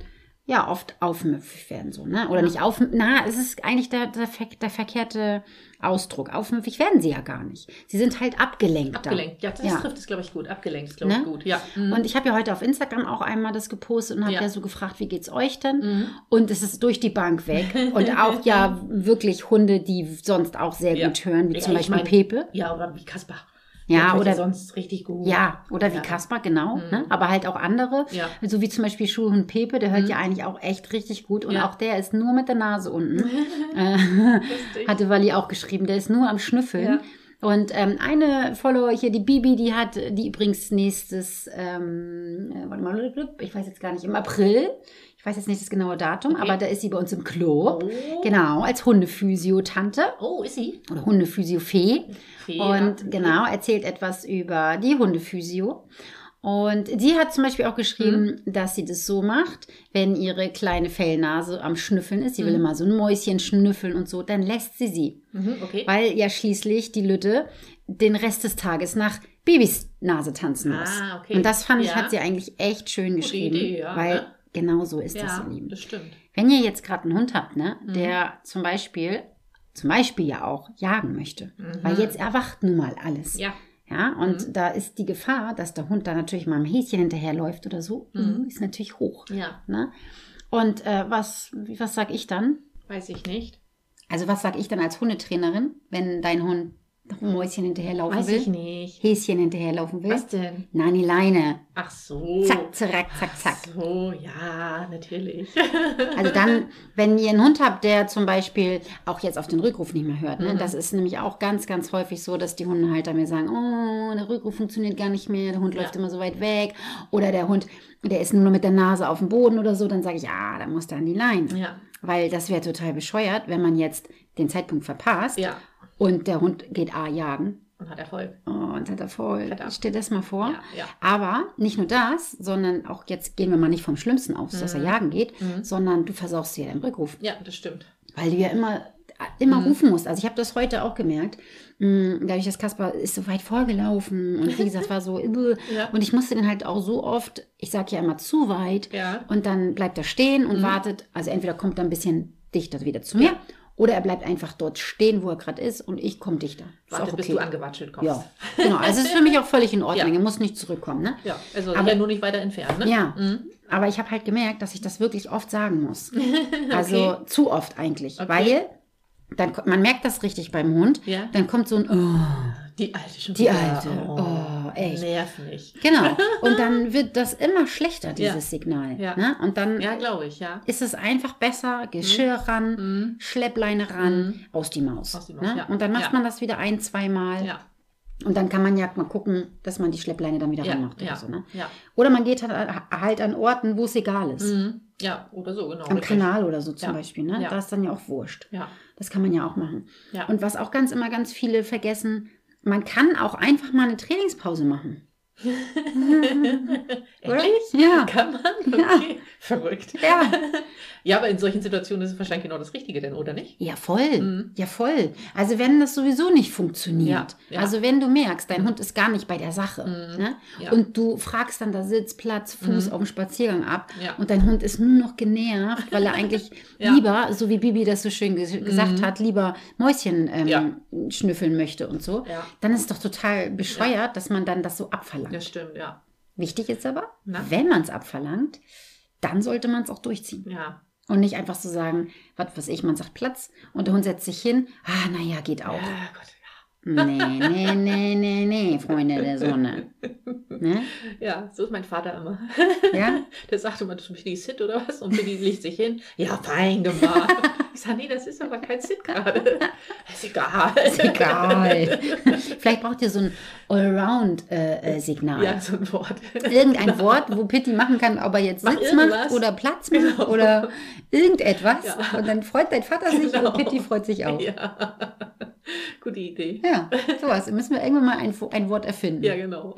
[SPEAKER 1] ja oft aufmüpfig werden, so, ne? Oder nicht auf, na, es ist eigentlich der, der, ver- der verkehrte Ausdruck. Aufmüpfig werden sie ja gar nicht. Sie sind halt abgelenkt.
[SPEAKER 2] Abgelenkt. Ja, das
[SPEAKER 1] Ja.
[SPEAKER 2] trifft es, glaube ich, gut. Abgelenkt ist, glaube ich,
[SPEAKER 1] Ne?
[SPEAKER 2] gut. Ja.
[SPEAKER 1] Da.
[SPEAKER 2] Mhm.
[SPEAKER 1] Und ich habe ja heute auf Instagram auch einmal das gepostet und habe ja.
[SPEAKER 2] Ja.
[SPEAKER 1] so gefragt, wie geht's euch denn?
[SPEAKER 2] Mhm.
[SPEAKER 1] Und es ist durch die Bank weg. Und auch
[SPEAKER 2] *laughs*
[SPEAKER 1] ja wirklich Hunde, die sonst auch sehr
[SPEAKER 2] Ja.
[SPEAKER 1] gut hören, wie
[SPEAKER 2] Ja,
[SPEAKER 1] zum
[SPEAKER 2] ich
[SPEAKER 1] Beispiel
[SPEAKER 2] mein-
[SPEAKER 1] Pepe.
[SPEAKER 2] ja, oder wie Kaspar.
[SPEAKER 1] Ja,
[SPEAKER 2] Der
[SPEAKER 1] oder
[SPEAKER 2] kriegt sonst richtig gut.
[SPEAKER 1] Ja, oder wie
[SPEAKER 2] Ja.
[SPEAKER 1] Kaspar, genau.
[SPEAKER 2] Mhm.
[SPEAKER 1] Ne? Aber halt auch andere.
[SPEAKER 2] Ja.
[SPEAKER 1] So wie zum Beispiel Schulhund Pepe, der hört
[SPEAKER 2] Mhm.
[SPEAKER 1] ja eigentlich auch echt richtig gut. Und
[SPEAKER 2] Ja.
[SPEAKER 1] auch der ist nur mit der Nase
[SPEAKER 2] *laughs*
[SPEAKER 1] unten. äh, *laughs*
[SPEAKER 2] Lustig.
[SPEAKER 1] hatte Wally auch geschrieben, der ist nur am Schnüffeln.
[SPEAKER 2] Ja.
[SPEAKER 1] Und ähm, eine Follower hier, die Bibi, die hat, die übrigens nächstes, ähm, äh, warte mal, ich weiß jetzt gar nicht, im April, ich weiß jetzt nicht das genaue Datum,
[SPEAKER 2] Okay.
[SPEAKER 1] aber da ist sie bei uns im Club.
[SPEAKER 2] Oh.
[SPEAKER 1] Genau, als Hundephysio-Tante
[SPEAKER 2] Oh, ist sie?
[SPEAKER 1] oder Hundephysio-Fee.
[SPEAKER 2] Fee, ja.
[SPEAKER 1] genau, Und genau, erzählt etwas über die Hundephysio. Und sie hat zum Beispiel auch geschrieben,
[SPEAKER 2] Mhm.
[SPEAKER 1] dass sie das so macht, wenn ihre kleine Fellnase am Schnüffeln ist. Sie will
[SPEAKER 2] Mhm.
[SPEAKER 1] immer so ein Mäuschen schnüffeln und so, dann lässt sie sie.
[SPEAKER 2] Mhm, okay.
[SPEAKER 1] Weil ja schließlich die Lütte den Rest des Tages nach Babys Nase tanzen muss.
[SPEAKER 2] Ah, okay.
[SPEAKER 1] Und das fand ich,
[SPEAKER 2] Ja.
[SPEAKER 1] hat sie eigentlich echt schön geschrieben.
[SPEAKER 2] Idee, ja,
[SPEAKER 1] weil
[SPEAKER 2] ne?
[SPEAKER 1] genau so ist das,
[SPEAKER 2] ja,
[SPEAKER 1] ihr Lieben.
[SPEAKER 2] das stimmt.
[SPEAKER 1] Wenn ihr jetzt gerade einen Hund habt, ne,
[SPEAKER 2] Mhm.
[SPEAKER 1] der zum Beispiel, zum Beispiel ja auch jagen möchte,
[SPEAKER 2] Mhm.
[SPEAKER 1] weil jetzt erwacht nun mal alles.
[SPEAKER 2] Ja.
[SPEAKER 1] Ja, und
[SPEAKER 2] Mhm.
[SPEAKER 1] da ist die Gefahr, dass der Hund da natürlich mal einem Häschen hinterherläuft oder so,
[SPEAKER 2] Mhm.
[SPEAKER 1] uh, ist natürlich hoch.
[SPEAKER 2] Ja,
[SPEAKER 1] Ne? Und äh, was, was sag ich dann?
[SPEAKER 2] weiß ich nicht.
[SPEAKER 1] Also was sag ich dann als Hundetrainerin, wenn dein Hund Mäuschen hinterherlaufen
[SPEAKER 2] Weiß
[SPEAKER 1] will,
[SPEAKER 2] ich nicht.
[SPEAKER 1] Häschen hinterherlaufen will?
[SPEAKER 2] Was Oh. denn?
[SPEAKER 1] Nein, die Leine.
[SPEAKER 2] Ach so.
[SPEAKER 1] Zack, zack, zack, zack.
[SPEAKER 2] So, ja, natürlich. *laughs*
[SPEAKER 1] Also dann, wenn ihr einen Hund habt, der zum Beispiel auch jetzt auf den Rückruf nicht mehr hört, ne?
[SPEAKER 2] Mhm.
[SPEAKER 1] das ist nämlich auch ganz, ganz häufig so, dass die Hundehalter mir sagen, oh, der Rückruf funktioniert gar nicht mehr, der Hund
[SPEAKER 2] Ja.
[SPEAKER 1] läuft immer so weit weg oder der Hund, der ist nur noch mit der Nase auf dem Boden oder so, dann sage ich, ah, da muss der an die Leine.
[SPEAKER 2] ja,
[SPEAKER 1] Weil das wäre total bescheuert, wenn man jetzt den Zeitpunkt verpasst
[SPEAKER 2] ja.
[SPEAKER 1] und der Hund geht A jagen
[SPEAKER 2] Und hat Erfolg.
[SPEAKER 1] oh, und hat er voll.
[SPEAKER 2] Verdammt.
[SPEAKER 1] Stell das mal vor.
[SPEAKER 2] Ja, ja.
[SPEAKER 1] Aber nicht nur das, sondern auch jetzt gehen wir mal nicht vom Schlimmsten aus, dass er
[SPEAKER 2] Mhm.
[SPEAKER 1] jagen geht,
[SPEAKER 2] Mhm.
[SPEAKER 1] sondern du versauchst dir deinen Rückruf
[SPEAKER 2] Ja, das stimmt.
[SPEAKER 1] weil du ja immer, immer
[SPEAKER 2] Mhm.
[SPEAKER 1] rufen musst. Also ich habe das heute auch gemerkt. Mm, Dadurch, dass Kaspar ist so weit vorgelaufen und wie gesagt,
[SPEAKER 2] *laughs*
[SPEAKER 1] war so. äh,
[SPEAKER 2] Ja.
[SPEAKER 1] Und ich musste dann halt auch so oft, ich sage ja immer zu weit,
[SPEAKER 2] Ja.
[SPEAKER 1] und dann bleibt er stehen und
[SPEAKER 2] Mhm.
[SPEAKER 1] wartet. Also entweder kommt er ein bisschen dichter wieder zu mir. Oder er bleibt einfach dort stehen, wo er gerade ist, und ich komme dichter. Ist
[SPEAKER 2] Warte,
[SPEAKER 1] auch
[SPEAKER 2] bis
[SPEAKER 1] okay.
[SPEAKER 2] du angewatschelt kommst.
[SPEAKER 1] ja, genau. Also es ist für mich auch völlig in Ordnung.
[SPEAKER 2] *laughs* Ja.
[SPEAKER 1] Er muss nicht zurückkommen, ne?
[SPEAKER 2] Ja, also
[SPEAKER 1] Aber-
[SPEAKER 2] Aber, ja nur nicht weiter entfernt, ne?
[SPEAKER 1] Ja.
[SPEAKER 2] *laughs* Mhm.
[SPEAKER 1] Aber ich habe halt gemerkt, dass ich das wirklich oft sagen
[SPEAKER 2] *laughs*
[SPEAKER 1] muss. Also zu oft eigentlich.
[SPEAKER 2] Okay.
[SPEAKER 1] Weil dann, ko- man merkt das richtig beim Hund.
[SPEAKER 2] Ja.
[SPEAKER 1] Dann kommt so ein oh,
[SPEAKER 2] Die alte schon
[SPEAKER 1] die
[SPEAKER 2] wieder.
[SPEAKER 1] alte. Oh, echt.
[SPEAKER 2] Nervig. *laughs*
[SPEAKER 1] Genau. Und dann wird das immer schlechter, dieses
[SPEAKER 2] Ja.
[SPEAKER 1] Signal.
[SPEAKER 2] Ja.
[SPEAKER 1] Ne? Und dann
[SPEAKER 2] Ja, glaube ich, ja.
[SPEAKER 1] ist es einfach besser, Geschirr ran,
[SPEAKER 2] Mhm.
[SPEAKER 1] Schleppleine ran,
[SPEAKER 2] Mhm.
[SPEAKER 1] aus die Maus.
[SPEAKER 2] Aus die Maus,
[SPEAKER 1] ne?
[SPEAKER 2] ja.
[SPEAKER 1] Und dann macht
[SPEAKER 2] Ja.
[SPEAKER 1] man das wieder ein, zweimal.
[SPEAKER 2] Ja,
[SPEAKER 1] Und dann kann man ja mal gucken, dass man die Schleppleine dann wieder
[SPEAKER 2] ja,
[SPEAKER 1] ranmacht
[SPEAKER 2] ja,
[SPEAKER 1] oder so. Ne?
[SPEAKER 2] ja.
[SPEAKER 1] Oder man geht halt, halt an Orten, wo es egal ist.
[SPEAKER 2] Mhm. ja, oder so, genau.
[SPEAKER 1] Am
[SPEAKER 2] richtig.
[SPEAKER 1] Kanal oder so zum
[SPEAKER 2] Ja.
[SPEAKER 1] Beispiel. Ne?
[SPEAKER 2] Ja.
[SPEAKER 1] Da ist dann ja auch wurscht.
[SPEAKER 2] Ja,
[SPEAKER 1] Das kann man ja auch machen.
[SPEAKER 2] ja.
[SPEAKER 1] Und was auch ganz immer ganz viele vergessen, man kann auch einfach mal eine Trainingspause machen. Oder?
[SPEAKER 2] Ehrlich?
[SPEAKER 1] Ja.
[SPEAKER 2] Kann man?
[SPEAKER 1] Ja.
[SPEAKER 2] Okay. Verrückt.
[SPEAKER 1] Ja.
[SPEAKER 2] *laughs* Ja, aber in solchen Situationen ist es wahrscheinlich genau das Richtige denn, oder nicht?
[SPEAKER 1] Ja, voll.
[SPEAKER 2] Mhm.
[SPEAKER 1] Ja, voll. Also wenn das sowieso nicht funktioniert,
[SPEAKER 2] Ja, ja.
[SPEAKER 1] also wenn du merkst, dein
[SPEAKER 2] Mhm.
[SPEAKER 1] Hund ist gar nicht bei der Sache
[SPEAKER 2] Mhm.
[SPEAKER 1] ne?
[SPEAKER 2] Ja.
[SPEAKER 1] und du fragst dann da Sitz, Platz, Fuß
[SPEAKER 2] Mhm.
[SPEAKER 1] auf dem Spaziergang ab
[SPEAKER 2] Ja.
[SPEAKER 1] und dein Hund ist nur noch genervt, weil er eigentlich
[SPEAKER 2] *laughs* Ja.
[SPEAKER 1] lieber, so wie Bibi das so schön ges gesagt
[SPEAKER 2] Mhm.
[SPEAKER 1] hat, lieber Mäuschen ähm,
[SPEAKER 2] Ja.
[SPEAKER 1] schnüffeln möchte und so,
[SPEAKER 2] Ja.
[SPEAKER 1] dann ist es doch total bescheuert, dass man dann das so abverlangt.
[SPEAKER 2] Das stimmt, ja.
[SPEAKER 1] Wichtig ist aber,
[SPEAKER 2] Na?
[SPEAKER 1] wenn man es abverlangt, dann sollte man es auch durchziehen.
[SPEAKER 2] Ja.
[SPEAKER 1] Und nicht einfach so sagen, was weiß ich, man sagt Platz und der Hund setzt sich hin, ah, naja, geht auch.
[SPEAKER 2] Ja, Gott.
[SPEAKER 1] Nee, nee, nee, nee, nee, Freunde der Sonne. Ne?
[SPEAKER 2] ja, so ist mein Vater immer.
[SPEAKER 1] Ja?
[SPEAKER 2] Der sagt immer, du Billy Sit oder was? Und Billy legt sich hin. Ja, fein gemacht. Ich sage, nee, das ist aber kein Sit gerade. Ist egal.
[SPEAKER 1] Ist egal. Vielleicht braucht ihr so ein Allround-Signal.
[SPEAKER 2] *laughs* Ja, so ein Wort.
[SPEAKER 1] Irgendein Wort, wo Pitti machen kann, ob er jetzt
[SPEAKER 2] Mach
[SPEAKER 1] Sitz macht
[SPEAKER 2] irgendwas.
[SPEAKER 1] oder Platz macht
[SPEAKER 2] Genau.
[SPEAKER 1] oder irgendetwas.
[SPEAKER 2] Ja.
[SPEAKER 1] Und dann freut dein Vater sich
[SPEAKER 2] Genau.
[SPEAKER 1] und Pitti freut sich auch.
[SPEAKER 2] Ja. Gute Idee.
[SPEAKER 1] Ja, sowas. Müssen wir irgendwann mal ein, ein Wort erfinden.
[SPEAKER 2] Ja, genau.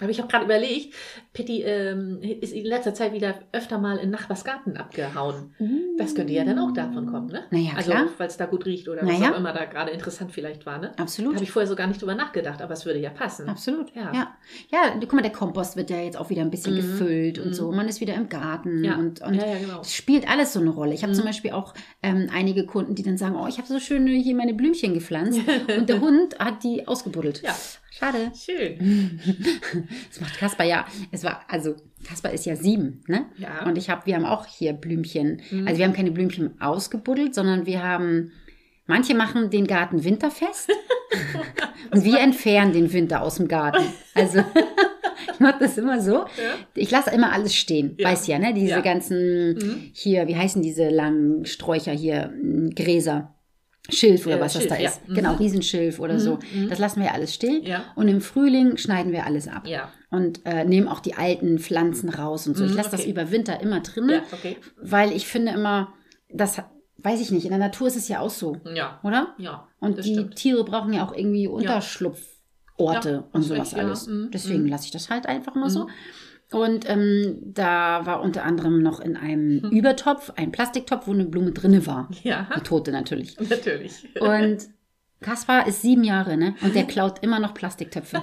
[SPEAKER 2] Aber ich habe gerade überlegt, Pitti ähm, ist in letzter Zeit wieder öfter mal in Nachbarsgarten abgehauen. Das könnte ja dann auch davon kommen, ne?
[SPEAKER 1] Naja,
[SPEAKER 2] also,
[SPEAKER 1] klar.
[SPEAKER 2] weil es da gut riecht oder
[SPEAKER 1] Naja.
[SPEAKER 2] was auch immer da gerade interessant vielleicht war, ne? Da
[SPEAKER 1] Absolut.
[SPEAKER 2] habe ich vorher so gar nicht drüber nachgedacht, aber es würde ja passen.
[SPEAKER 1] Absolut. Ja.
[SPEAKER 2] Ja.
[SPEAKER 1] ja. guck mal, der Kompost wird ja jetzt auch wieder ein bisschen
[SPEAKER 2] Mhm.
[SPEAKER 1] gefüllt und
[SPEAKER 2] Mhm.
[SPEAKER 1] so. Man ist wieder im Garten
[SPEAKER 2] Ja.
[SPEAKER 1] und, und
[SPEAKER 2] ja, ja, genau.
[SPEAKER 1] es spielt alles so eine Rolle. Ich habe
[SPEAKER 2] Mhm.
[SPEAKER 1] zum Beispiel auch ähm, einige Kunden, die dann sagen, oh, ich habe so schöne hier meine Blümchen
[SPEAKER 2] *laughs*
[SPEAKER 1] gepflanzt und der Hund hat die ausgebuddelt.
[SPEAKER 2] Ja.
[SPEAKER 1] Schade.
[SPEAKER 2] Schön.
[SPEAKER 1] Das macht Kasper ja. Es war, also Kasper ist ja sieben, ne?
[SPEAKER 2] Ja.
[SPEAKER 1] Und ich habe, wir haben auch hier Blümchen.
[SPEAKER 2] Mhm.
[SPEAKER 1] Also wir haben keine Blümchen ausgebuddelt, sondern wir haben, manche machen den Garten
[SPEAKER 2] *laughs*
[SPEAKER 1] winterfest und wir entfernen den Winter aus dem Garten. Also *laughs* ich mache das immer so.
[SPEAKER 2] Ja.
[SPEAKER 1] Ich lasse immer alles stehen,
[SPEAKER 2] Ja.
[SPEAKER 1] weiß ja, ne? Diese
[SPEAKER 2] Ja.
[SPEAKER 1] ganzen
[SPEAKER 2] Mhm.
[SPEAKER 1] hier, wie heißen diese langen Sträucher hier, m, Gräser. Schilf oder
[SPEAKER 2] Äh,
[SPEAKER 1] was
[SPEAKER 2] Schilf,
[SPEAKER 1] das da
[SPEAKER 2] ja.
[SPEAKER 1] ist.
[SPEAKER 2] Mhm.
[SPEAKER 1] Genau, Riesenschilf oder so.
[SPEAKER 2] mhm.
[SPEAKER 1] Das lassen wir alles stehen.
[SPEAKER 2] Ja.
[SPEAKER 1] Und im Frühling schneiden wir alles ab
[SPEAKER 2] Ja.
[SPEAKER 1] und äh, nehme auch die alten Pflanzen raus und so. Ich
[SPEAKER 2] Mhm,
[SPEAKER 1] lasse das
[SPEAKER 2] okay.
[SPEAKER 1] über Winter immer drin,
[SPEAKER 2] ja, okay.
[SPEAKER 1] weil ich finde immer, das weiß ich nicht, in der Natur ist es ja auch so,
[SPEAKER 2] Ja,
[SPEAKER 1] oder?
[SPEAKER 2] ja.
[SPEAKER 1] Und
[SPEAKER 2] das
[SPEAKER 1] die
[SPEAKER 2] stimmt.
[SPEAKER 1] Tiere brauchen ja auch irgendwie Unterschlupf. Orte
[SPEAKER 2] Ja,
[SPEAKER 1] und
[SPEAKER 2] ist
[SPEAKER 1] sowas
[SPEAKER 2] richtig, ja.
[SPEAKER 1] alles.
[SPEAKER 2] Mhm,
[SPEAKER 1] Deswegen
[SPEAKER 2] mhm.
[SPEAKER 1] lasse ich das halt einfach mal so.
[SPEAKER 2] Mhm.
[SPEAKER 1] Und ähm, da war unter anderem noch in einem
[SPEAKER 2] Mhm.
[SPEAKER 1] Übertopf, ein Plastiktopf, wo eine Blume drinne war.
[SPEAKER 2] Ja, *laughs*
[SPEAKER 1] Eine tote natürlich.
[SPEAKER 2] natürlich.
[SPEAKER 1] Und Kaspar ist sieben Jahre, ne? Und der klaut immer noch Plastiktöpfe.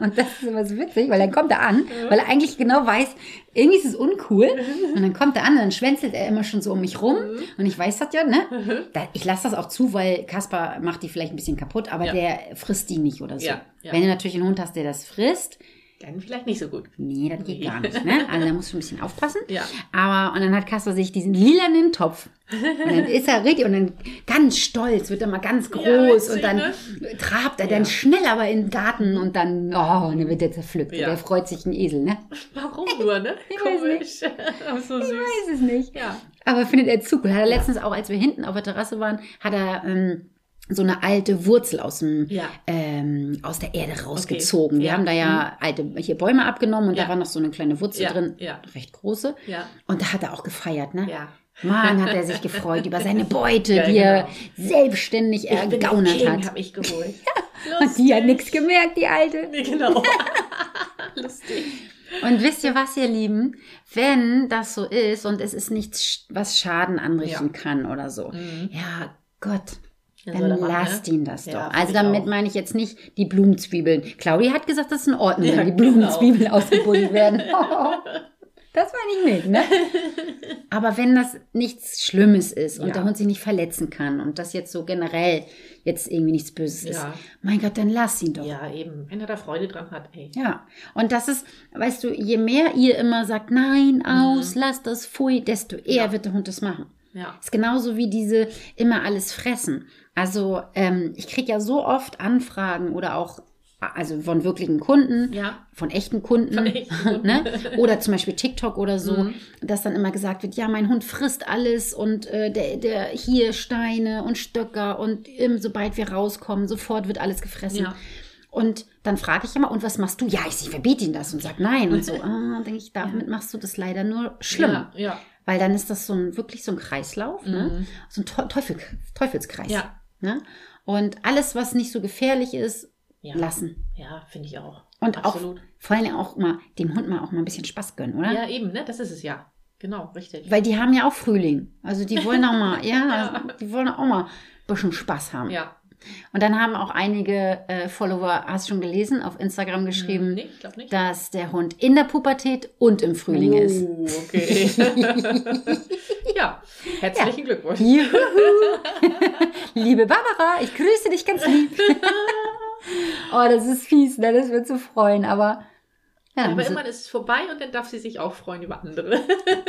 [SPEAKER 1] Und das ist immer so witzig, weil dann kommt er an, weil er eigentlich genau weiß, irgendwie ist es uncool. Und dann kommt er an, dann schwänzelt er immer schon so um mich rum. Und ich weiß das ja, ne? Da, ich lasse das auch zu, weil Kaspar macht die vielleicht ein bisschen kaputt, aber
[SPEAKER 2] Ja.
[SPEAKER 1] der frisst die nicht oder so.
[SPEAKER 2] Ja, ja.
[SPEAKER 1] Wenn du natürlich einen Hund hast, der das frisst,
[SPEAKER 2] Dann vielleicht nicht so gut.
[SPEAKER 1] nee, das geht
[SPEAKER 2] Nee.
[SPEAKER 1] gar nicht, ne? Also da musst du ein bisschen aufpassen.
[SPEAKER 2] Ja.
[SPEAKER 1] Aber, und dann hat Kasper sich diesen lilanen Topf. Und dann ist er richtig, und dann ganz stolz, wird er mal ganz groß.
[SPEAKER 2] witzig, ne?
[SPEAKER 1] und dann trabt er dann
[SPEAKER 2] Ja.
[SPEAKER 1] schnell aber in den Garten. Und dann, oh, und dann wird er zerpflückt.
[SPEAKER 2] Ja.
[SPEAKER 1] Und er freut sich ein Esel, ne?
[SPEAKER 2] Warum nur, ne?
[SPEAKER 1] Ich weiß
[SPEAKER 2] Komisch. *laughs* Aber so süß.
[SPEAKER 1] Weiß es nicht.
[SPEAKER 2] Ja.
[SPEAKER 1] Aber findet er zu cool. Hat er letztens auch, als wir hinten auf der Terrasse waren, hat er ähm, so eine alte Wurzel aus dem...
[SPEAKER 2] Ja.
[SPEAKER 1] Ähm, aus der Erde rausgezogen. Wir
[SPEAKER 2] Ja. Mhm.
[SPEAKER 1] haben da ja alte hier Bäume abgenommen und da
[SPEAKER 2] Ja.
[SPEAKER 1] war noch so eine kleine Wurzel
[SPEAKER 2] Ja,
[SPEAKER 1] drin,
[SPEAKER 2] ja.
[SPEAKER 1] recht große.
[SPEAKER 2] Ja.
[SPEAKER 1] Und da hat er auch gefeiert, ne?
[SPEAKER 2] Ja.
[SPEAKER 1] Mann, hat er sich gefreut über seine Beute,
[SPEAKER 2] Ja,
[SPEAKER 1] die er
[SPEAKER 2] genau.
[SPEAKER 1] selbstständig
[SPEAKER 2] Ich bin der
[SPEAKER 1] ergaunert
[SPEAKER 2] King,
[SPEAKER 1] hat.
[SPEAKER 2] hab
[SPEAKER 1] *laughs*
[SPEAKER 2] ich geholt.
[SPEAKER 1] Und die hat
[SPEAKER 2] Lustig.
[SPEAKER 1] nichts gemerkt, die Alte.
[SPEAKER 2] *laughs*
[SPEAKER 1] *laughs*
[SPEAKER 2] Nee, genau. Lustig.
[SPEAKER 1] Und wisst ihr was, ihr Lieben? Wenn das so ist und es ist nichts, sch- was Schaden anrichten kann oder so,
[SPEAKER 2] Mhm.
[SPEAKER 1] ja, Gott,
[SPEAKER 2] Dann
[SPEAKER 1] dann
[SPEAKER 2] soll er machen, ne?
[SPEAKER 1] lasst ihn das doch.
[SPEAKER 2] Ja, find
[SPEAKER 1] also
[SPEAKER 2] ich
[SPEAKER 1] damit
[SPEAKER 2] auch.
[SPEAKER 1] meine ich jetzt nicht die Blumenzwiebeln. Claudia hat gesagt, das ist in Ordnung,
[SPEAKER 2] Ja,
[SPEAKER 1] wenn die Blumenzwiebeln
[SPEAKER 2] genau.
[SPEAKER 1] ausgebuddelt
[SPEAKER 2] *laughs*
[SPEAKER 1] werden. *laughs* Das meine ich nicht, ne? Aber wenn das nichts Schlimmes ist und
[SPEAKER 2] Ja.
[SPEAKER 1] der Hund sich nicht verletzen kann und das jetzt so generell jetzt irgendwie nichts Böses ist,
[SPEAKER 2] Ja.
[SPEAKER 1] mein Gott, dann lass ihn doch. Ja.
[SPEAKER 2] Ja, eben. Wenn er da Freude dran hat, hey.
[SPEAKER 1] Und das ist, weißt du, je mehr ihr immer sagt, nein, aus, lass das, pfui, desto eher
[SPEAKER 2] Mhm. Ja.
[SPEAKER 1] wird der Hund das machen.
[SPEAKER 2] Ja.
[SPEAKER 1] Ist genauso wie diese immer alles fressen. Also ähm, ich kriege ja so oft Anfragen oder auch also von wirklichen Kunden,
[SPEAKER 2] Ja.
[SPEAKER 1] von echten Kunden,
[SPEAKER 2] Von
[SPEAKER 1] *laughs*
[SPEAKER 2] echten Kunden.
[SPEAKER 1] ne? oder zum Beispiel TikTok oder so,
[SPEAKER 2] Mhm.
[SPEAKER 1] dass dann immer gesagt wird, ja, mein Hund frisst alles und äh, der, der hier Steine und Stöcker und ähm, sobald wir rauskommen, sofort wird alles gefressen.
[SPEAKER 2] Ja.
[SPEAKER 1] Und dann frage ich immer, und was machst du? Ja, ich, ich verbiete ihn das und sag nein
[SPEAKER 2] *laughs*
[SPEAKER 1] und so. Ah, denke ich, damit machst du das leider nur schlimmer.
[SPEAKER 2] Ja. Ja.
[SPEAKER 1] Weil dann ist das so ein, wirklich so ein Kreislauf, ne? so ein Teu- Teufel, Teufelskreis.
[SPEAKER 2] Mhm. Ja.
[SPEAKER 1] Ne? Und alles, was nicht so gefährlich ist,
[SPEAKER 2] Ja.
[SPEAKER 1] lassen.
[SPEAKER 2] Ja, finde ich auch.
[SPEAKER 1] Und
[SPEAKER 2] Absolut.
[SPEAKER 1] auch vor allem auch mal dem Hund mal auch mal ein bisschen Spaß gönnen, oder?
[SPEAKER 2] Ja, eben, ne? Das ist es ja. Genau, richtig.
[SPEAKER 1] Weil die haben ja auch Frühling. Also die wollen auch
[SPEAKER 2] *laughs*
[SPEAKER 1] mal, ja, also
[SPEAKER 2] Ja.
[SPEAKER 1] die wollen auch mal ein bisschen Spaß haben.
[SPEAKER 2] Ja.
[SPEAKER 1] Und dann haben auch einige äh, Follower, hast du schon gelesen, auf Instagram geschrieben,
[SPEAKER 2] Mhm. Hm, Nee, ich glaube nicht.
[SPEAKER 1] dass der Hund in der Pubertät und im Frühling ist.
[SPEAKER 2] Oh, okay. *laughs* ja, herzlichen Glückwunsch.
[SPEAKER 1] Juhu. *laughs* Liebe Barbara, ich grüße dich ganz lieb. *laughs* oh, das ist fies, ne? das wird so freuen, aber. Ja,
[SPEAKER 2] Aber
[SPEAKER 1] muss-
[SPEAKER 2] irgendwann ist es vorbei und dann darf sie sich auch freuen
[SPEAKER 1] *laughs*
[SPEAKER 2] über andere.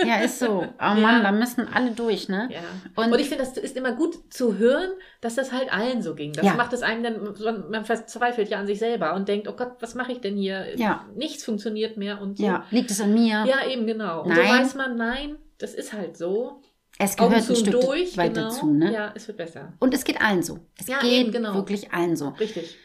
[SPEAKER 1] ja ist so. Oh Mann,
[SPEAKER 2] Ja.
[SPEAKER 1] da müssen alle durch, ne?
[SPEAKER 2] Ja.
[SPEAKER 1] Und-
[SPEAKER 2] Und, ich finde, das ist immer gut zu hören, dass das halt allen so ging. Das
[SPEAKER 1] Ja.
[SPEAKER 2] macht es einem dann, so- man verzweifelt ja an sich selber und denkt, oh Gott, was mache ich denn hier?
[SPEAKER 1] Ja.
[SPEAKER 2] Nichts funktioniert mehr und so.
[SPEAKER 1] Ja, liegt es an mir?
[SPEAKER 2] Ja, eben genau. Und so
[SPEAKER 1] Nein.
[SPEAKER 2] weiß man, nein, das ist halt so.
[SPEAKER 1] Es
[SPEAKER 2] Augen
[SPEAKER 1] gehört
[SPEAKER 2] zu
[SPEAKER 1] ein
[SPEAKER 2] und
[SPEAKER 1] Stück
[SPEAKER 2] durch,
[SPEAKER 1] weit
[SPEAKER 2] genau.
[SPEAKER 1] dazu, ne?
[SPEAKER 2] Ja, es wird besser.
[SPEAKER 1] Und es geht allen so. Es
[SPEAKER 2] Ja,
[SPEAKER 1] geht
[SPEAKER 2] eben, genau.
[SPEAKER 1] wirklich allen so.
[SPEAKER 2] Richtig.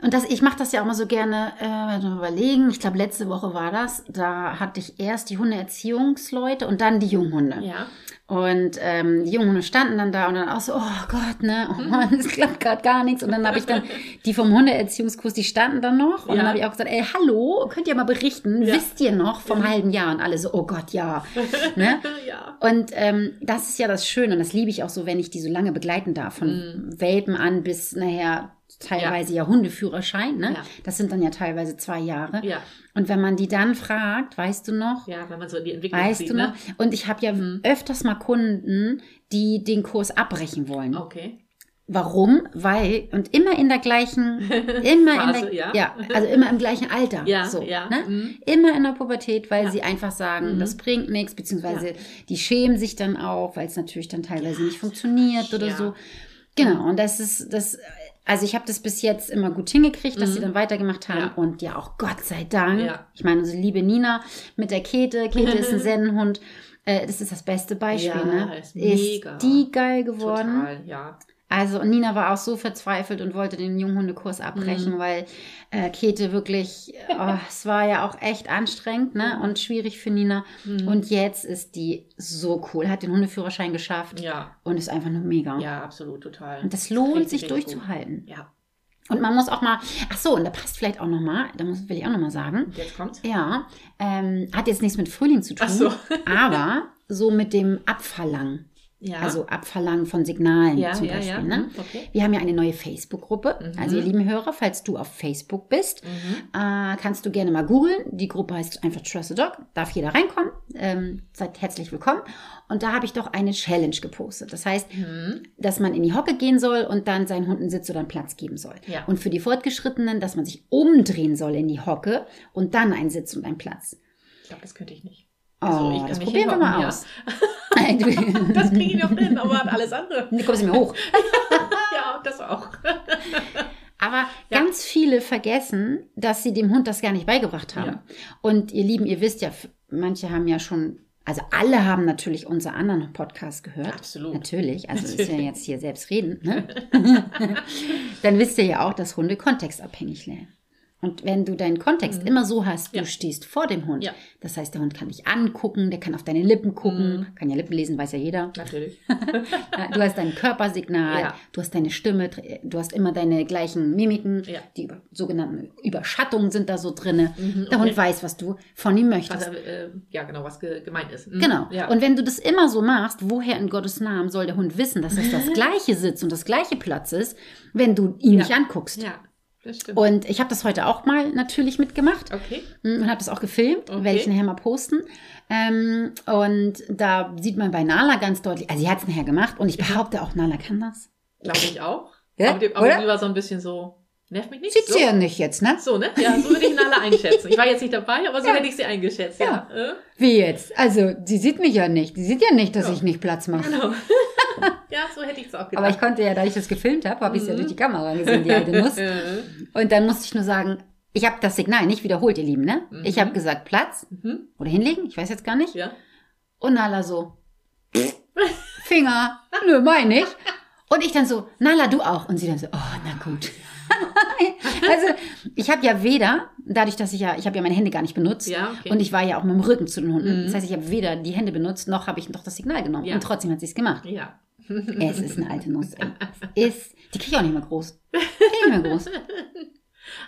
[SPEAKER 1] Und das, ich mache das ja auch immer so gerne, äh, warte mal überlegen, ich glaube, letzte Woche war das, da hatte ich erst die Hundeerziehungsleute und dann die Junghunde.
[SPEAKER 2] Ja.
[SPEAKER 1] Und ähm, die Jungen standen dann da und dann auch so, oh Gott, ne, oh
[SPEAKER 2] Mhm.
[SPEAKER 1] Mann, es klappt gerade gar nichts. Und dann habe ich dann, die vom Hundeerziehungskurs, die standen dann noch. Und dann
[SPEAKER 2] Ja.
[SPEAKER 1] habe ich auch gesagt, ey, hallo, könnt ihr mal berichten,
[SPEAKER 2] Ja.
[SPEAKER 1] wisst ihr noch vom halben Jahr? Und alle so, oh Gott,
[SPEAKER 2] *laughs*
[SPEAKER 1] ja. ne?
[SPEAKER 2] Ja.
[SPEAKER 1] Und ähm, das ist ja das Schöne und das liebe ich auch so, wenn ich die so lange begleiten darf, von
[SPEAKER 2] Mhm.
[SPEAKER 1] Welpen an bis nachher teilweise ja, Hundeführerschein. Ne?
[SPEAKER 2] Ja.
[SPEAKER 1] Das sind dann ja teilweise zwei Jahre.
[SPEAKER 2] Ja.
[SPEAKER 1] Und wenn man die dann fragt, weißt du noch,
[SPEAKER 2] Ja, wenn man so die Entwicklung
[SPEAKER 1] Weißt
[SPEAKER 2] sieht,
[SPEAKER 1] du noch?
[SPEAKER 2] ne?
[SPEAKER 1] Und ich habe ja öfters mal Kunden, die den Kurs abbrechen wollen.
[SPEAKER 2] Okay.
[SPEAKER 1] Warum? Weil, und immer in der
[SPEAKER 2] *laughs*
[SPEAKER 1] gleichen, immer in der,
[SPEAKER 2] Phase, ja.
[SPEAKER 1] also immer im gleichen Alter.
[SPEAKER 2] Ja,
[SPEAKER 1] so,
[SPEAKER 2] ja,
[SPEAKER 1] Ne?
[SPEAKER 2] mhm.
[SPEAKER 1] Immer in der Pubertät, weil sie einfach sagen, das bringt nichts, beziehungsweise
[SPEAKER 2] Ja.
[SPEAKER 1] die schämen sich dann auch, weil es natürlich dann teilweise nicht funktioniert oder
[SPEAKER 2] ja. Mhm.
[SPEAKER 1] so. Genau, und das ist das, also ich habe das bis jetzt immer gut hingekriegt, dass sie dann weitergemacht haben.
[SPEAKER 2] Mhm. Ja.
[SPEAKER 1] Und ja, auch Gott sei Dank.
[SPEAKER 2] Ja.
[SPEAKER 1] Ich meine, unsere liebe Nina mit der Kete. Kete ist
[SPEAKER 2] *laughs*
[SPEAKER 1] ein Sennenhund. Äh, das ist das beste Beispiel,
[SPEAKER 2] Ja,
[SPEAKER 1] ne?
[SPEAKER 2] ist mega.
[SPEAKER 1] die geil geworden.
[SPEAKER 2] Total, ja.
[SPEAKER 1] Also und Nina war auch so verzweifelt und wollte den Junghundekurs abbrechen,
[SPEAKER 2] Mhm.
[SPEAKER 1] weil äh, Kete wirklich, oh,
[SPEAKER 2] *laughs*
[SPEAKER 1] es war ja auch echt anstrengend
[SPEAKER 2] Mhm.
[SPEAKER 1] ne? und schwierig für Nina. Und jetzt ist die so cool, hat den Hundeführerschein geschafft
[SPEAKER 2] Ja.
[SPEAKER 1] und ist einfach nur mega.
[SPEAKER 2] Ja, absolut, total.
[SPEAKER 1] Und das lohnt
[SPEAKER 2] Richtig,
[SPEAKER 1] sich
[SPEAKER 2] richtig gut.
[SPEAKER 1] durchzuhalten.
[SPEAKER 2] Ja.
[SPEAKER 1] Und man muss auch mal, ach so, und da passt vielleicht auch nochmal, da muss, will ich auch nochmal sagen,
[SPEAKER 2] Und jetzt kommt's.
[SPEAKER 1] ja, ähm, hat jetzt nichts mit Frühling zu tun,
[SPEAKER 2] Ach so.
[SPEAKER 1] aber so mit dem Abverlangen,
[SPEAKER 2] Ja.
[SPEAKER 1] also Abverlangen von Signalen
[SPEAKER 2] ja,
[SPEAKER 1] zum
[SPEAKER 2] ja,
[SPEAKER 1] Beispiel.
[SPEAKER 2] ja.
[SPEAKER 1] Ne?
[SPEAKER 2] Mhm, Okay.
[SPEAKER 1] Wir haben ja eine neue Facebook-Gruppe,
[SPEAKER 2] Mhm.
[SPEAKER 1] also ihr lieben Hörer, falls du auf Facebook bist,
[SPEAKER 2] Mhm.
[SPEAKER 1] äh, kannst du gerne mal googeln. Die Gruppe heißt einfach Trust the Dog. Darf jeder reinkommen. Ähm, seid herzlich willkommen. Und da habe ich doch eine Challenge gepostet. Das heißt,
[SPEAKER 2] Mhm.
[SPEAKER 1] dass man in die Hocke gehen soll und dann seinen Hunden Sitz oder einen Platz geben soll.
[SPEAKER 2] Ja.
[SPEAKER 1] Und für die Fortgeschrittenen, dass man sich umdrehen soll in die Hocke und dann einen Sitz und einen Platz.
[SPEAKER 2] Ich glaube, das könnte ich
[SPEAKER 1] *laughs*
[SPEAKER 2] nicht.
[SPEAKER 1] Oh,
[SPEAKER 2] Also, ich kann
[SPEAKER 1] das
[SPEAKER 2] mich
[SPEAKER 1] probieren wir mal
[SPEAKER 2] hinhocken, ja.
[SPEAKER 1] aus. *laughs*
[SPEAKER 2] *laughs*
[SPEAKER 1] Du-
[SPEAKER 2] Das kriege ich noch hin, aber
[SPEAKER 1] *laughs*
[SPEAKER 2] alles andere.
[SPEAKER 1] Du kommst nicht mehr hoch.
[SPEAKER 2] Ja, das auch.
[SPEAKER 1] Aber
[SPEAKER 2] Ja.
[SPEAKER 1] ganz viele vergessen, dass sie dem Hund das gar nicht beigebracht haben.
[SPEAKER 2] Ja.
[SPEAKER 1] Und ihr Lieben, ihr wisst ja, f- manche haben ja schon, also alle haben natürlich unsere anderen Podcast gehört.
[SPEAKER 2] Absolut.
[SPEAKER 1] Natürlich, also ist ja
[SPEAKER 2] Natürlich.
[SPEAKER 1] jetzt hier selbstredend. Ne?
[SPEAKER 2] *laughs*
[SPEAKER 1] Dann wisst ihr ja auch, dass Hunde kontextabhängig lernen. Und wenn du deinen Kontext immer so hast, du
[SPEAKER 2] Mhm. Ja.
[SPEAKER 1] stehst vor dem Hund.
[SPEAKER 2] Ja.
[SPEAKER 1] Das heißt, der Hund kann dich angucken, der kann auf deine Lippen gucken,
[SPEAKER 2] Mhm.
[SPEAKER 1] kann ja Lippen lesen, weiß ja jeder. *laughs*
[SPEAKER 2] Natürlich.
[SPEAKER 1] Ja, Du hast dein Körpersignal,
[SPEAKER 2] Ja.
[SPEAKER 1] du hast deine Stimme, dr- du hast immer deine gleichen Mimiken,
[SPEAKER 2] Ja.
[SPEAKER 1] die über, sogenannten Überschattungen sind da so drinne.
[SPEAKER 2] Mhm,
[SPEAKER 1] Der Hund
[SPEAKER 2] okay.
[SPEAKER 1] weiß, was du von ihm möchtest.
[SPEAKER 2] Also, äh, ja, genau, was ge gemeint ist. Mhm.
[SPEAKER 1] Genau.
[SPEAKER 2] Ja.
[SPEAKER 1] Und wenn du das immer so machst, woher in Gottes Namen soll der Hund wissen, dass das das
[SPEAKER 2] *laughs*
[SPEAKER 1] gleiche Sitz und das gleiche Platz ist, wenn du ihn
[SPEAKER 2] Ja.
[SPEAKER 1] nicht anguckst?
[SPEAKER 2] ja, das stimmt.
[SPEAKER 1] Und ich habe das heute auch mal natürlich mitgemacht hm,
[SPEAKER 2] okay.
[SPEAKER 1] und habe das auch gefilmt,
[SPEAKER 2] Okay.
[SPEAKER 1] werde ich nachher mal posten. Ähm, und da sieht man bei Nala ganz deutlich, also sie hat es nachher gemacht und ich behaupte auch, Nala kann das.
[SPEAKER 2] Glaube ich auch.
[SPEAKER 1] Ja,
[SPEAKER 2] aber die, aber
[SPEAKER 1] oder?
[SPEAKER 2] die war so ein bisschen so, nerv mich nicht.
[SPEAKER 1] Sieht
[SPEAKER 2] so.
[SPEAKER 1] sie ja nicht jetzt, ne?
[SPEAKER 2] so, ne? Ja, so würde ich Nala einschätzen. Ich war jetzt nicht dabei, aber so
[SPEAKER 1] Ja.
[SPEAKER 2] hätte ich sie eingeschätzt.
[SPEAKER 1] Ja.
[SPEAKER 2] Ja. Äh,
[SPEAKER 1] Wie jetzt? Also, sie sieht mich ja nicht. Sie sieht ja nicht, dass
[SPEAKER 2] Ja.
[SPEAKER 1] ich nicht Platz mache.
[SPEAKER 2] Genau. *laughs* ja, so hätte ich es auch gedacht.
[SPEAKER 1] Aber ich konnte ja, da ich das gefilmt habe, habe ich es ja
[SPEAKER 2] Mhm.
[SPEAKER 1] durch die Kamera gesehen, die alte Nuss.
[SPEAKER 2] Äh,
[SPEAKER 1] Und dann musste ich nur sagen, ich habe das Signal nicht wiederholt, ihr Lieben, ne?
[SPEAKER 2] Mhm.
[SPEAKER 1] Ich habe gesagt, Platz
[SPEAKER 2] mhm.
[SPEAKER 1] oder hinlegen, ich weiß jetzt gar nicht.
[SPEAKER 2] Ja.
[SPEAKER 1] Und Nala so, Finger, nö, mein ich. Und ich dann so, Nala, du auch. Und sie dann so, oh, na gut. *laughs* also, ich habe ja weder, dadurch, dass ich ja, ich habe ja meine Hände gar nicht benutzt.
[SPEAKER 2] Ja, okay.
[SPEAKER 1] Und ich war ja auch mit dem Rücken zu den Hunden.
[SPEAKER 2] Mhm.
[SPEAKER 1] Das heißt, ich habe weder die Hände benutzt, noch habe ich noch das Signal genommen.
[SPEAKER 2] Ja.
[SPEAKER 1] Und trotzdem hat sie es
[SPEAKER 2] *laughs*
[SPEAKER 1] gemacht.
[SPEAKER 2] ja.
[SPEAKER 1] Es ist eine alte Nuss.
[SPEAKER 2] *laughs*
[SPEAKER 1] ey. Es ist, die kriege ich auch nicht mehr groß. Die krieg ich nicht mehr groß.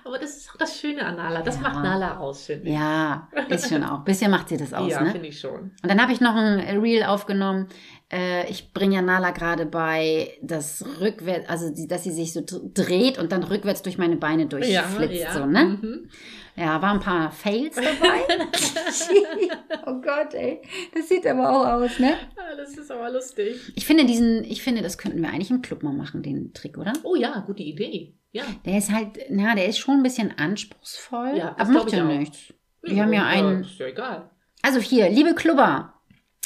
[SPEAKER 2] Aber das ist auch das Schöne an Nala. Das
[SPEAKER 1] Ja.
[SPEAKER 2] macht Nala aus, finde ich.
[SPEAKER 1] Ja, ist schon auch. Bisher macht sie das aus,
[SPEAKER 2] ja,
[SPEAKER 1] ne?
[SPEAKER 2] finde ich schon.
[SPEAKER 1] Und dann habe ich noch ein Reel aufgenommen. Äh, Ich bringe ja Nala gerade bei, das rückwärts, also die, dass sie sich so dr- dreht und dann rückwärts durch meine Beine durchflitzt. So, ne?
[SPEAKER 2] Mhm.
[SPEAKER 1] Ja, waren ein paar Fails dabei.
[SPEAKER 2] *laughs*
[SPEAKER 1] *laughs* oh Gott, ey. Das sieht aber auch aus, ne?
[SPEAKER 2] Ah, das ist aber lustig.
[SPEAKER 1] Ich finde diesen, ich finde, das könnten wir eigentlich im Club mal machen, den Trick, oder?
[SPEAKER 2] Oh ja, gute Idee. Ja.
[SPEAKER 1] Der ist halt, na, der ist schon ein bisschen anspruchsvoll,
[SPEAKER 2] Ja, das
[SPEAKER 1] aber macht
[SPEAKER 2] glaub ich
[SPEAKER 1] ja
[SPEAKER 2] auch.
[SPEAKER 1] nichts. Wir haben ja einen-
[SPEAKER 2] Ist Oh, ja egal.
[SPEAKER 1] Also hier, liebe Klubber,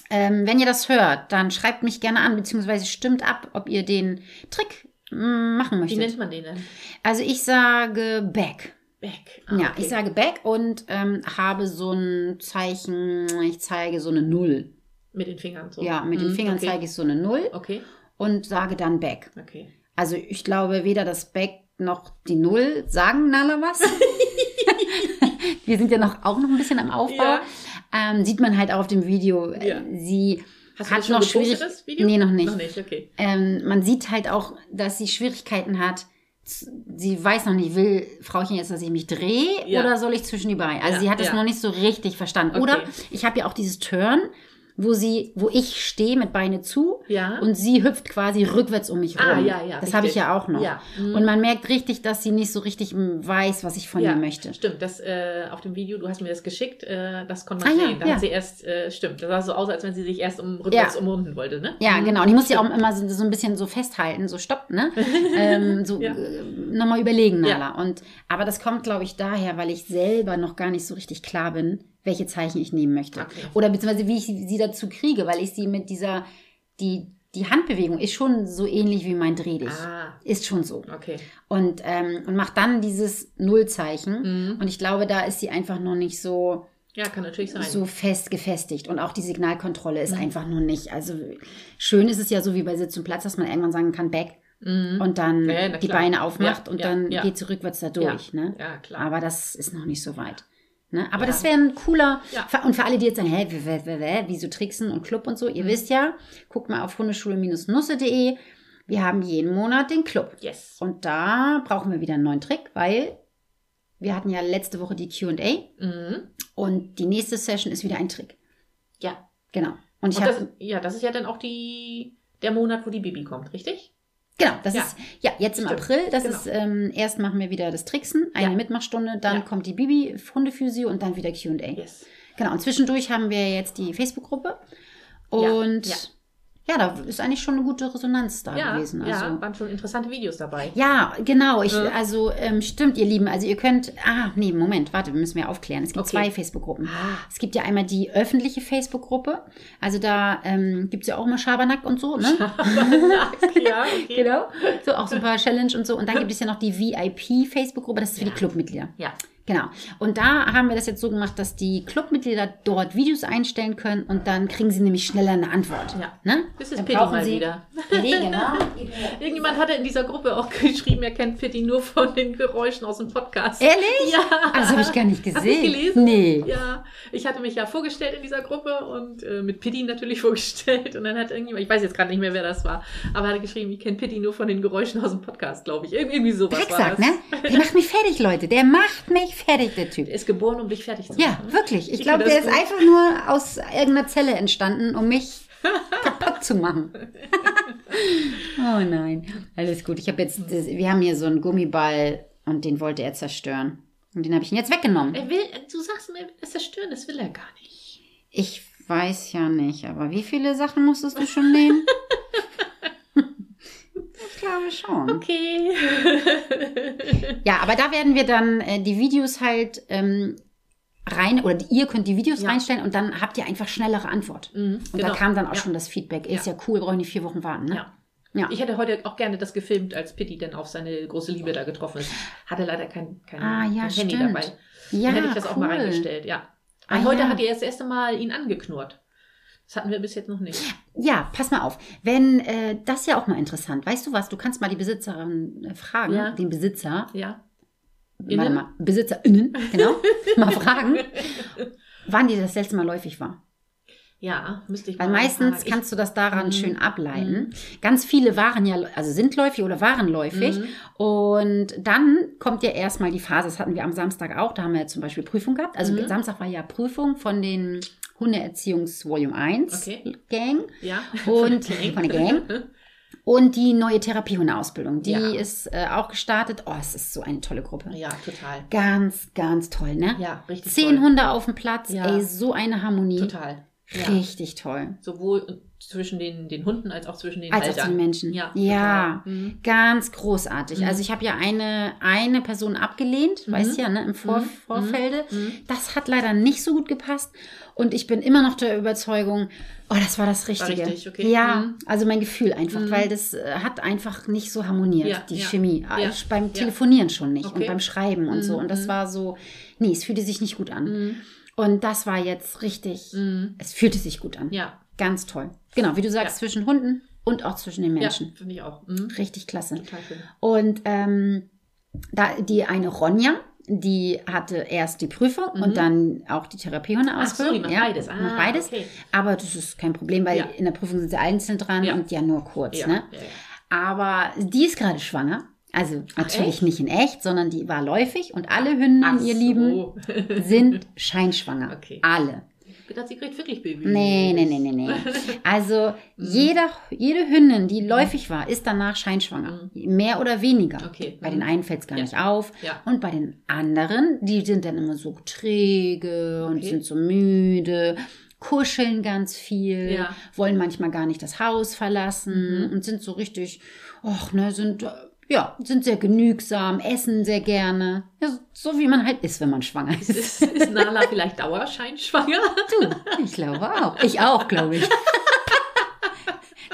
[SPEAKER 1] ähm, wenn ihr das hört, dann schreibt mich gerne an, beziehungsweise stimmt ab, ob ihr den Trick mm, machen
[SPEAKER 2] Wie
[SPEAKER 1] möchtet.
[SPEAKER 2] nennt man den denn? Ah,
[SPEAKER 1] Also ich sage back.
[SPEAKER 2] Back.
[SPEAKER 1] Ja, ich sage back und ähm, habe so ein Zeichen, ich zeige so eine Null.
[SPEAKER 2] Mit den Fingern so.
[SPEAKER 1] Ja, mit den
[SPEAKER 2] Mhm,
[SPEAKER 1] Fingern
[SPEAKER 2] okay.
[SPEAKER 1] zeige ich so eine Null
[SPEAKER 2] Okay,
[SPEAKER 1] und sage dann back.
[SPEAKER 2] okay.
[SPEAKER 1] Also ich glaube, weder das Back noch die Null sagen Nala
[SPEAKER 2] *laughs*
[SPEAKER 1] was. Wir sind ja noch, auch noch ein bisschen am Aufbau.
[SPEAKER 2] Ja.
[SPEAKER 1] Ähm, sieht man halt auch auf dem Video. äh,
[SPEAKER 2] Ja.
[SPEAKER 1] Sie
[SPEAKER 2] Hast du
[SPEAKER 1] hat
[SPEAKER 2] das schon
[SPEAKER 1] noch
[SPEAKER 2] gepostet,
[SPEAKER 1] schwierig.
[SPEAKER 2] das Video?
[SPEAKER 1] Nee, noch nicht.
[SPEAKER 2] Noch nicht, okay.
[SPEAKER 1] Ähm, man sieht halt auch, dass sie Schwierigkeiten hat. Z- Sie weiß noch nicht, will Frauchen jetzt, dass ich mich drehe
[SPEAKER 2] Ja.
[SPEAKER 1] oder soll ich zwischen die Beine? Also
[SPEAKER 2] Ja,
[SPEAKER 1] sie hat es
[SPEAKER 2] ja.
[SPEAKER 1] noch nicht so richtig verstanden.
[SPEAKER 2] Okay.
[SPEAKER 1] Oder ich habe ja auch dieses Turn, wo sie, wo ich stehe mit Beine zu
[SPEAKER 2] Ja.
[SPEAKER 1] und sie hüpft quasi rückwärts um mich rum.
[SPEAKER 2] Ah, ja, ja,
[SPEAKER 1] Das habe ich
[SPEAKER 2] richtig.
[SPEAKER 1] ja auch noch.
[SPEAKER 2] Ja. Mhm.
[SPEAKER 1] Und man merkt richtig, dass sie nicht so richtig hm, weiß, was ich von ihr möchte.
[SPEAKER 2] Stimmt, das äh, auf dem Video, du hast mir das geschickt, äh, das konnte
[SPEAKER 1] Ah,
[SPEAKER 2] man
[SPEAKER 1] ja,
[SPEAKER 2] sehen. Da
[SPEAKER 1] ja.
[SPEAKER 2] hat sie erst, äh, stimmt, das sah so aus, als wenn sie sich erst um rückwärts umrunden wollte, ne?
[SPEAKER 1] Ja, genau. Und ich muss ja auch immer so, so ein bisschen so festhalten, so stopp,
[SPEAKER 2] *laughs*
[SPEAKER 1] ne? ähm, so
[SPEAKER 2] Ja.
[SPEAKER 1] äh, nochmal überlegen,
[SPEAKER 2] Ja.
[SPEAKER 1] Nala. Und, aber das kommt, glaube ich, daher, weil ich selber noch gar nicht so richtig klar bin, welche Zeichen ich nehmen möchte.
[SPEAKER 2] Okay.
[SPEAKER 1] Oder beziehungsweise wie ich sie sie dazu kriege, weil ich sie mit dieser, die, die Handbewegung ist schon so ähnlich wie mein Dreh dich.
[SPEAKER 2] Ah,
[SPEAKER 1] Ist schon so.
[SPEAKER 2] okay.
[SPEAKER 1] Und, ähm, und macht dann dieses Nullzeichen.
[SPEAKER 2] Mhm.
[SPEAKER 1] Und ich glaube, da ist sie einfach noch nicht so
[SPEAKER 2] Ja, kann natürlich sein.
[SPEAKER 1] so fest gefestigt und auch die Signalkontrolle
[SPEAKER 2] Mhm.
[SPEAKER 1] ist einfach nur nicht. Also schön ist es ja so wie bei Sitz und Platz, dass man irgendwann sagen kann, back
[SPEAKER 2] Mhm.
[SPEAKER 1] und dann
[SPEAKER 2] Ja, ja, na
[SPEAKER 1] die
[SPEAKER 2] klar.
[SPEAKER 1] Beine aufmacht
[SPEAKER 2] Ja,
[SPEAKER 1] und
[SPEAKER 2] ja,
[SPEAKER 1] dann
[SPEAKER 2] ja.
[SPEAKER 1] geht sie rückwärts da durch. Ne?
[SPEAKER 2] Ja, klar.
[SPEAKER 1] Aber das ist noch nicht so weit. Ne? Aber
[SPEAKER 2] Ja.
[SPEAKER 1] das wäre ein cooler,
[SPEAKER 2] Ja.
[SPEAKER 1] Für- und für alle, die jetzt sagen, hä, w-
[SPEAKER 2] Mhm.
[SPEAKER 1] w- w- w- wieso Tricksen und Club und so, ihr wisst ja, guckt mal auf hundeschule-nusse.de, Wir haben jeden Monat den Club.
[SPEAKER 2] Yes.
[SPEAKER 1] Und da brauchen wir wieder einen neuen Trick, weil wir hatten ja letzte Woche die QA
[SPEAKER 2] Mhm.
[SPEAKER 1] und die nächste Session ist wieder ein Trick.
[SPEAKER 2] Ja.
[SPEAKER 1] Genau. Und ich
[SPEAKER 2] Und das,
[SPEAKER 1] habe.
[SPEAKER 2] ja, das ist ja dann auch die, der Monat, wo die Baby kommt, richtig?
[SPEAKER 1] Genau, das
[SPEAKER 2] Ja.
[SPEAKER 1] ist ja jetzt im
[SPEAKER 2] Stimmt.
[SPEAKER 1] April. Das
[SPEAKER 2] Genau.
[SPEAKER 1] ist ähm, erst machen wir wieder das Tricksen, eine
[SPEAKER 2] Ja.
[SPEAKER 1] Mitmachstunde, dann
[SPEAKER 2] Ja.
[SPEAKER 1] kommt die Bibi, Hundephysio und dann wieder QA.
[SPEAKER 2] Yes.
[SPEAKER 1] Genau, und zwischendurch haben wir jetzt die Facebook-Gruppe. Und ja,
[SPEAKER 2] ja.
[SPEAKER 1] da ist eigentlich schon eine gute Resonanz da
[SPEAKER 2] ja,
[SPEAKER 1] gewesen. Also.
[SPEAKER 2] ja,
[SPEAKER 1] Ja.
[SPEAKER 2] waren schon interessante Videos dabei.
[SPEAKER 1] genau. Ich,
[SPEAKER 2] Ja.
[SPEAKER 1] Also ähm, stimmt, ihr Lieben. Also ihr könnt. Ah, nee, Moment, warte, wir müssen ja aufklären. Es gibt
[SPEAKER 2] Okay.
[SPEAKER 1] zwei Facebook-Gruppen.
[SPEAKER 2] Ah,
[SPEAKER 1] Es gibt ja einmal die öffentliche Facebook-Gruppe. Also da ähm, gibt es ja auch immer Schabernack und so, ne?
[SPEAKER 2] *laughs* ja, okay.
[SPEAKER 1] Genau. So auch so ein paar Challenge und so. Und dann gibt es ja noch die VIP-Facebook-Gruppe, das ist für
[SPEAKER 2] Ja.
[SPEAKER 1] die Clubmitglieder.
[SPEAKER 2] Ja.
[SPEAKER 1] Genau. Und da haben wir das jetzt so gemacht, dass die Clubmitglieder dort Videos einstellen können und dann kriegen sie nämlich schneller eine Antwort.
[SPEAKER 2] Ja.
[SPEAKER 1] Ne?
[SPEAKER 2] Das ist
[SPEAKER 1] Dann
[SPEAKER 2] Pitti
[SPEAKER 1] brauchen
[SPEAKER 2] mal
[SPEAKER 1] sie-
[SPEAKER 2] wieder.
[SPEAKER 1] Idee, genau.
[SPEAKER 2] Irgendjemand hatte in dieser Gruppe auch *laughs* geschrieben, er kennt Pitti nur von den Geräuschen aus dem Podcast.
[SPEAKER 1] Ehrlich?
[SPEAKER 2] Ja.
[SPEAKER 1] Ah, das habe ich gar nicht gesehen.
[SPEAKER 2] Hast du nicht gelesen?
[SPEAKER 1] Nee.
[SPEAKER 2] Ja, ich hatte mich ja vorgestellt in dieser Gruppe und äh, mit Pitti natürlich *laughs* vorgestellt. Und dann hat irgendjemand, ich weiß jetzt gerade nicht mehr, wer das war, aber hat geschrieben, ich kenne Pitti nur von den Geräuschen aus dem Podcast, glaube ich. Ir irgendwie sowas war
[SPEAKER 1] Drecksack,
[SPEAKER 2] das.
[SPEAKER 1] ne? Der macht mich fertig, Leute. Der macht mich fertig, der Typ.
[SPEAKER 2] Der ist geboren, um dich fertig zu
[SPEAKER 1] Ja,
[SPEAKER 2] machen.
[SPEAKER 1] wirklich. Ich
[SPEAKER 2] Ich
[SPEAKER 1] glaube,
[SPEAKER 2] finde
[SPEAKER 1] der ist
[SPEAKER 2] das gut.
[SPEAKER 1] einfach nur aus irgendeiner Zelle entstanden, um
[SPEAKER 2] *laughs*
[SPEAKER 1] mich kaputt zu machen. oh nein. Alles gut. Ich habe jetzt, das, wir haben hier so einen Gummiball und den wollte er zerstören. Und den habe ich ihm jetzt weggenommen.
[SPEAKER 2] Er will, du sagst mir, das zerstören, das will er gar nicht.
[SPEAKER 1] Ich weiß ja nicht, aber wie viele Sachen musstest du schon
[SPEAKER 2] *laughs*
[SPEAKER 1] nehmen? ich glaube schon.
[SPEAKER 2] Okay.
[SPEAKER 1] Ja, aber da werden wir dann äh, die Videos halt ähm, rein, oder die- ihr könnt die Videos
[SPEAKER 2] Ja.
[SPEAKER 1] reinstellen und dann habt ihr einfach schnellere Antwort.
[SPEAKER 2] Mhm,
[SPEAKER 1] Und
[SPEAKER 2] genau.
[SPEAKER 1] da kam dann auch
[SPEAKER 2] Ja.
[SPEAKER 1] schon das Feedback. Ist ja, cool, wir brauchen nicht vier Wochen warten. Ne?
[SPEAKER 2] Ja.
[SPEAKER 1] Ja.
[SPEAKER 2] Ich hätte heute auch gerne das gefilmt, als Pitti dann auf seine große Liebe da getroffen ist. Hatte leider kein, kein,
[SPEAKER 1] Ah, ja,
[SPEAKER 2] kein Handy
[SPEAKER 1] stimmt.
[SPEAKER 2] dabei.
[SPEAKER 1] Ja,
[SPEAKER 2] Dann hätte ich das
[SPEAKER 1] cool.
[SPEAKER 2] auch mal eingestellt, ja.
[SPEAKER 1] Ah,
[SPEAKER 2] Und heute
[SPEAKER 1] ja.
[SPEAKER 2] hat er das erste Mal ihn angeknurrt. Das hatten wir bis jetzt noch nicht.
[SPEAKER 1] Ja, pass mal auf. Wenn äh, das ist ja auch mal interessant. Weißt du was? Du kannst mal die Besitzerin äh, fragen,
[SPEAKER 2] Ja.
[SPEAKER 1] den Besitzer,
[SPEAKER 2] Ja.
[SPEAKER 1] warte
[SPEAKER 2] Innen?
[SPEAKER 1] mal, BesitzerInnen,
[SPEAKER 2] *laughs*
[SPEAKER 1] genau, mal fragen, wann die das letzte Mal läufig war.
[SPEAKER 2] Ja, müsste ich
[SPEAKER 1] Weil
[SPEAKER 2] mal
[SPEAKER 1] meistens
[SPEAKER 2] fragen.
[SPEAKER 1] kannst du das daran
[SPEAKER 2] Mhm.
[SPEAKER 1] schön ableiten. Ganz viele waren ja, also sind läufig oder waren läufig.
[SPEAKER 2] Mhm.
[SPEAKER 1] Und dann kommt ja erstmal die Phase, das hatten wir am Samstag auch, da haben wir ja zum Beispiel Prüfung gehabt. Also
[SPEAKER 2] Mhm.
[SPEAKER 1] Samstag war ja Prüfung von den Hundeerziehungs Volume 1
[SPEAKER 2] Okay.
[SPEAKER 1] Gang
[SPEAKER 2] ich, ja. *laughs*
[SPEAKER 1] und
[SPEAKER 2] Gang.
[SPEAKER 1] von der Gang. und die neue Therapiehundeausbildung. Die
[SPEAKER 2] Ja.
[SPEAKER 1] ist äh, auch gestartet. Oh, es ist so eine tolle Gruppe.
[SPEAKER 2] Ja, total.
[SPEAKER 1] Ganz, ganz toll, ne?
[SPEAKER 2] Ja, richtig.
[SPEAKER 1] Zehn
[SPEAKER 2] toll.
[SPEAKER 1] Hunde auf dem Platz,
[SPEAKER 2] Ja.
[SPEAKER 1] ey, so eine Harmonie.
[SPEAKER 2] Total. Ja.
[SPEAKER 1] Richtig toll.
[SPEAKER 2] Sowohl zwischen den, den Hunden als auch zwischen den
[SPEAKER 1] Als auch
[SPEAKER 2] Haltern.
[SPEAKER 1] zu den Menschen.
[SPEAKER 2] Ja.
[SPEAKER 1] Ja.
[SPEAKER 2] total. Mhm.
[SPEAKER 1] Ganz großartig.
[SPEAKER 2] Mhm.
[SPEAKER 1] Also ich habe ja eine, eine Person abgelehnt,
[SPEAKER 2] Mhm.
[SPEAKER 1] weißt ja, ne, im Vor
[SPEAKER 2] Mhm.
[SPEAKER 1] Vorfelde.
[SPEAKER 2] Mhm.
[SPEAKER 1] Das hat leider nicht so gut gepasst. Und ich bin immer noch der Überzeugung, oh, das war das Richtige.
[SPEAKER 2] richtig, okay.
[SPEAKER 1] Ja,
[SPEAKER 2] Mhm.
[SPEAKER 1] also mein Gefühl einfach,
[SPEAKER 2] Mhm.
[SPEAKER 1] weil das äh, hat einfach nicht so harmoniert,
[SPEAKER 2] Ja,
[SPEAKER 1] die
[SPEAKER 2] ja.
[SPEAKER 1] Chemie.
[SPEAKER 2] Ja,
[SPEAKER 1] Auch beim
[SPEAKER 2] ja.
[SPEAKER 1] Telefonieren schon nicht und
[SPEAKER 2] Okay.
[SPEAKER 1] beim Schreiben und so.
[SPEAKER 2] Mhm.
[SPEAKER 1] Und das war so, nee, es fühlte sich nicht gut an.
[SPEAKER 2] Mhm.
[SPEAKER 1] Und das war jetzt richtig,
[SPEAKER 2] Mhm.
[SPEAKER 1] es fühlte sich gut an.
[SPEAKER 2] Ja.
[SPEAKER 1] Ganz toll. Genau, wie du sagst, zwischen Hunden und auch zwischen den
[SPEAKER 2] Ja,
[SPEAKER 1] Menschen.
[SPEAKER 2] finde ich auch. Mhm.
[SPEAKER 1] Richtig klasse.
[SPEAKER 2] Total schön.
[SPEAKER 1] Und ähm, da die eine Ronja, die hatte erst die Prüfung
[SPEAKER 2] Mhm.
[SPEAKER 1] und dann auch die
[SPEAKER 2] Ach so, die
[SPEAKER 1] Therapiehundeausbildung.
[SPEAKER 2] macht
[SPEAKER 1] ja,
[SPEAKER 2] beides. Ah,
[SPEAKER 1] macht beides.
[SPEAKER 2] Okay.
[SPEAKER 1] Aber das ist kein Problem, weil
[SPEAKER 2] Ja.
[SPEAKER 1] in der Prüfung sind sie einzeln dran
[SPEAKER 2] Ja.
[SPEAKER 1] und ja nur kurz.
[SPEAKER 2] Ja.
[SPEAKER 1] Ne?
[SPEAKER 2] Ja, ja.
[SPEAKER 1] Aber die ist gerade schwanger. Also natürlich
[SPEAKER 2] echt?
[SPEAKER 1] nicht in echt, sondern die war läufig und alle Hünden, ihr Lieben, sind scheinschwanger.
[SPEAKER 2] *laughs* Okay.
[SPEAKER 1] Alle.
[SPEAKER 2] Gedacht, sie kriegt wirklich Baby.
[SPEAKER 1] Nee, nee, nee, nee, nee. Also
[SPEAKER 2] Mhm.
[SPEAKER 1] jeder, jede Hündin, die läufig war, ist danach scheinschwanger. Mehr oder weniger.
[SPEAKER 2] Mhm. Okay. Mhm.
[SPEAKER 1] Bei den einen fällt es gar
[SPEAKER 2] Ja.
[SPEAKER 1] nicht auf.
[SPEAKER 2] Ja.
[SPEAKER 1] Und bei den anderen, die sind dann immer so träge und
[SPEAKER 2] Okay.
[SPEAKER 1] sind so müde, kuscheln ganz viel,
[SPEAKER 2] Ja.
[SPEAKER 1] wollen manchmal gar nicht das Haus verlassen
[SPEAKER 2] Mhm.
[SPEAKER 1] und sind so richtig, ach ne, sind äh, ja, sind sehr genügsam, essen sehr gerne. Ja, so wie man halt ist, wenn man schwanger ist.
[SPEAKER 2] *laughs* Ist, ist Nala vielleicht dauerscheinschwanger?
[SPEAKER 1] Du, ich glaube auch. Ich auch, glaube ich.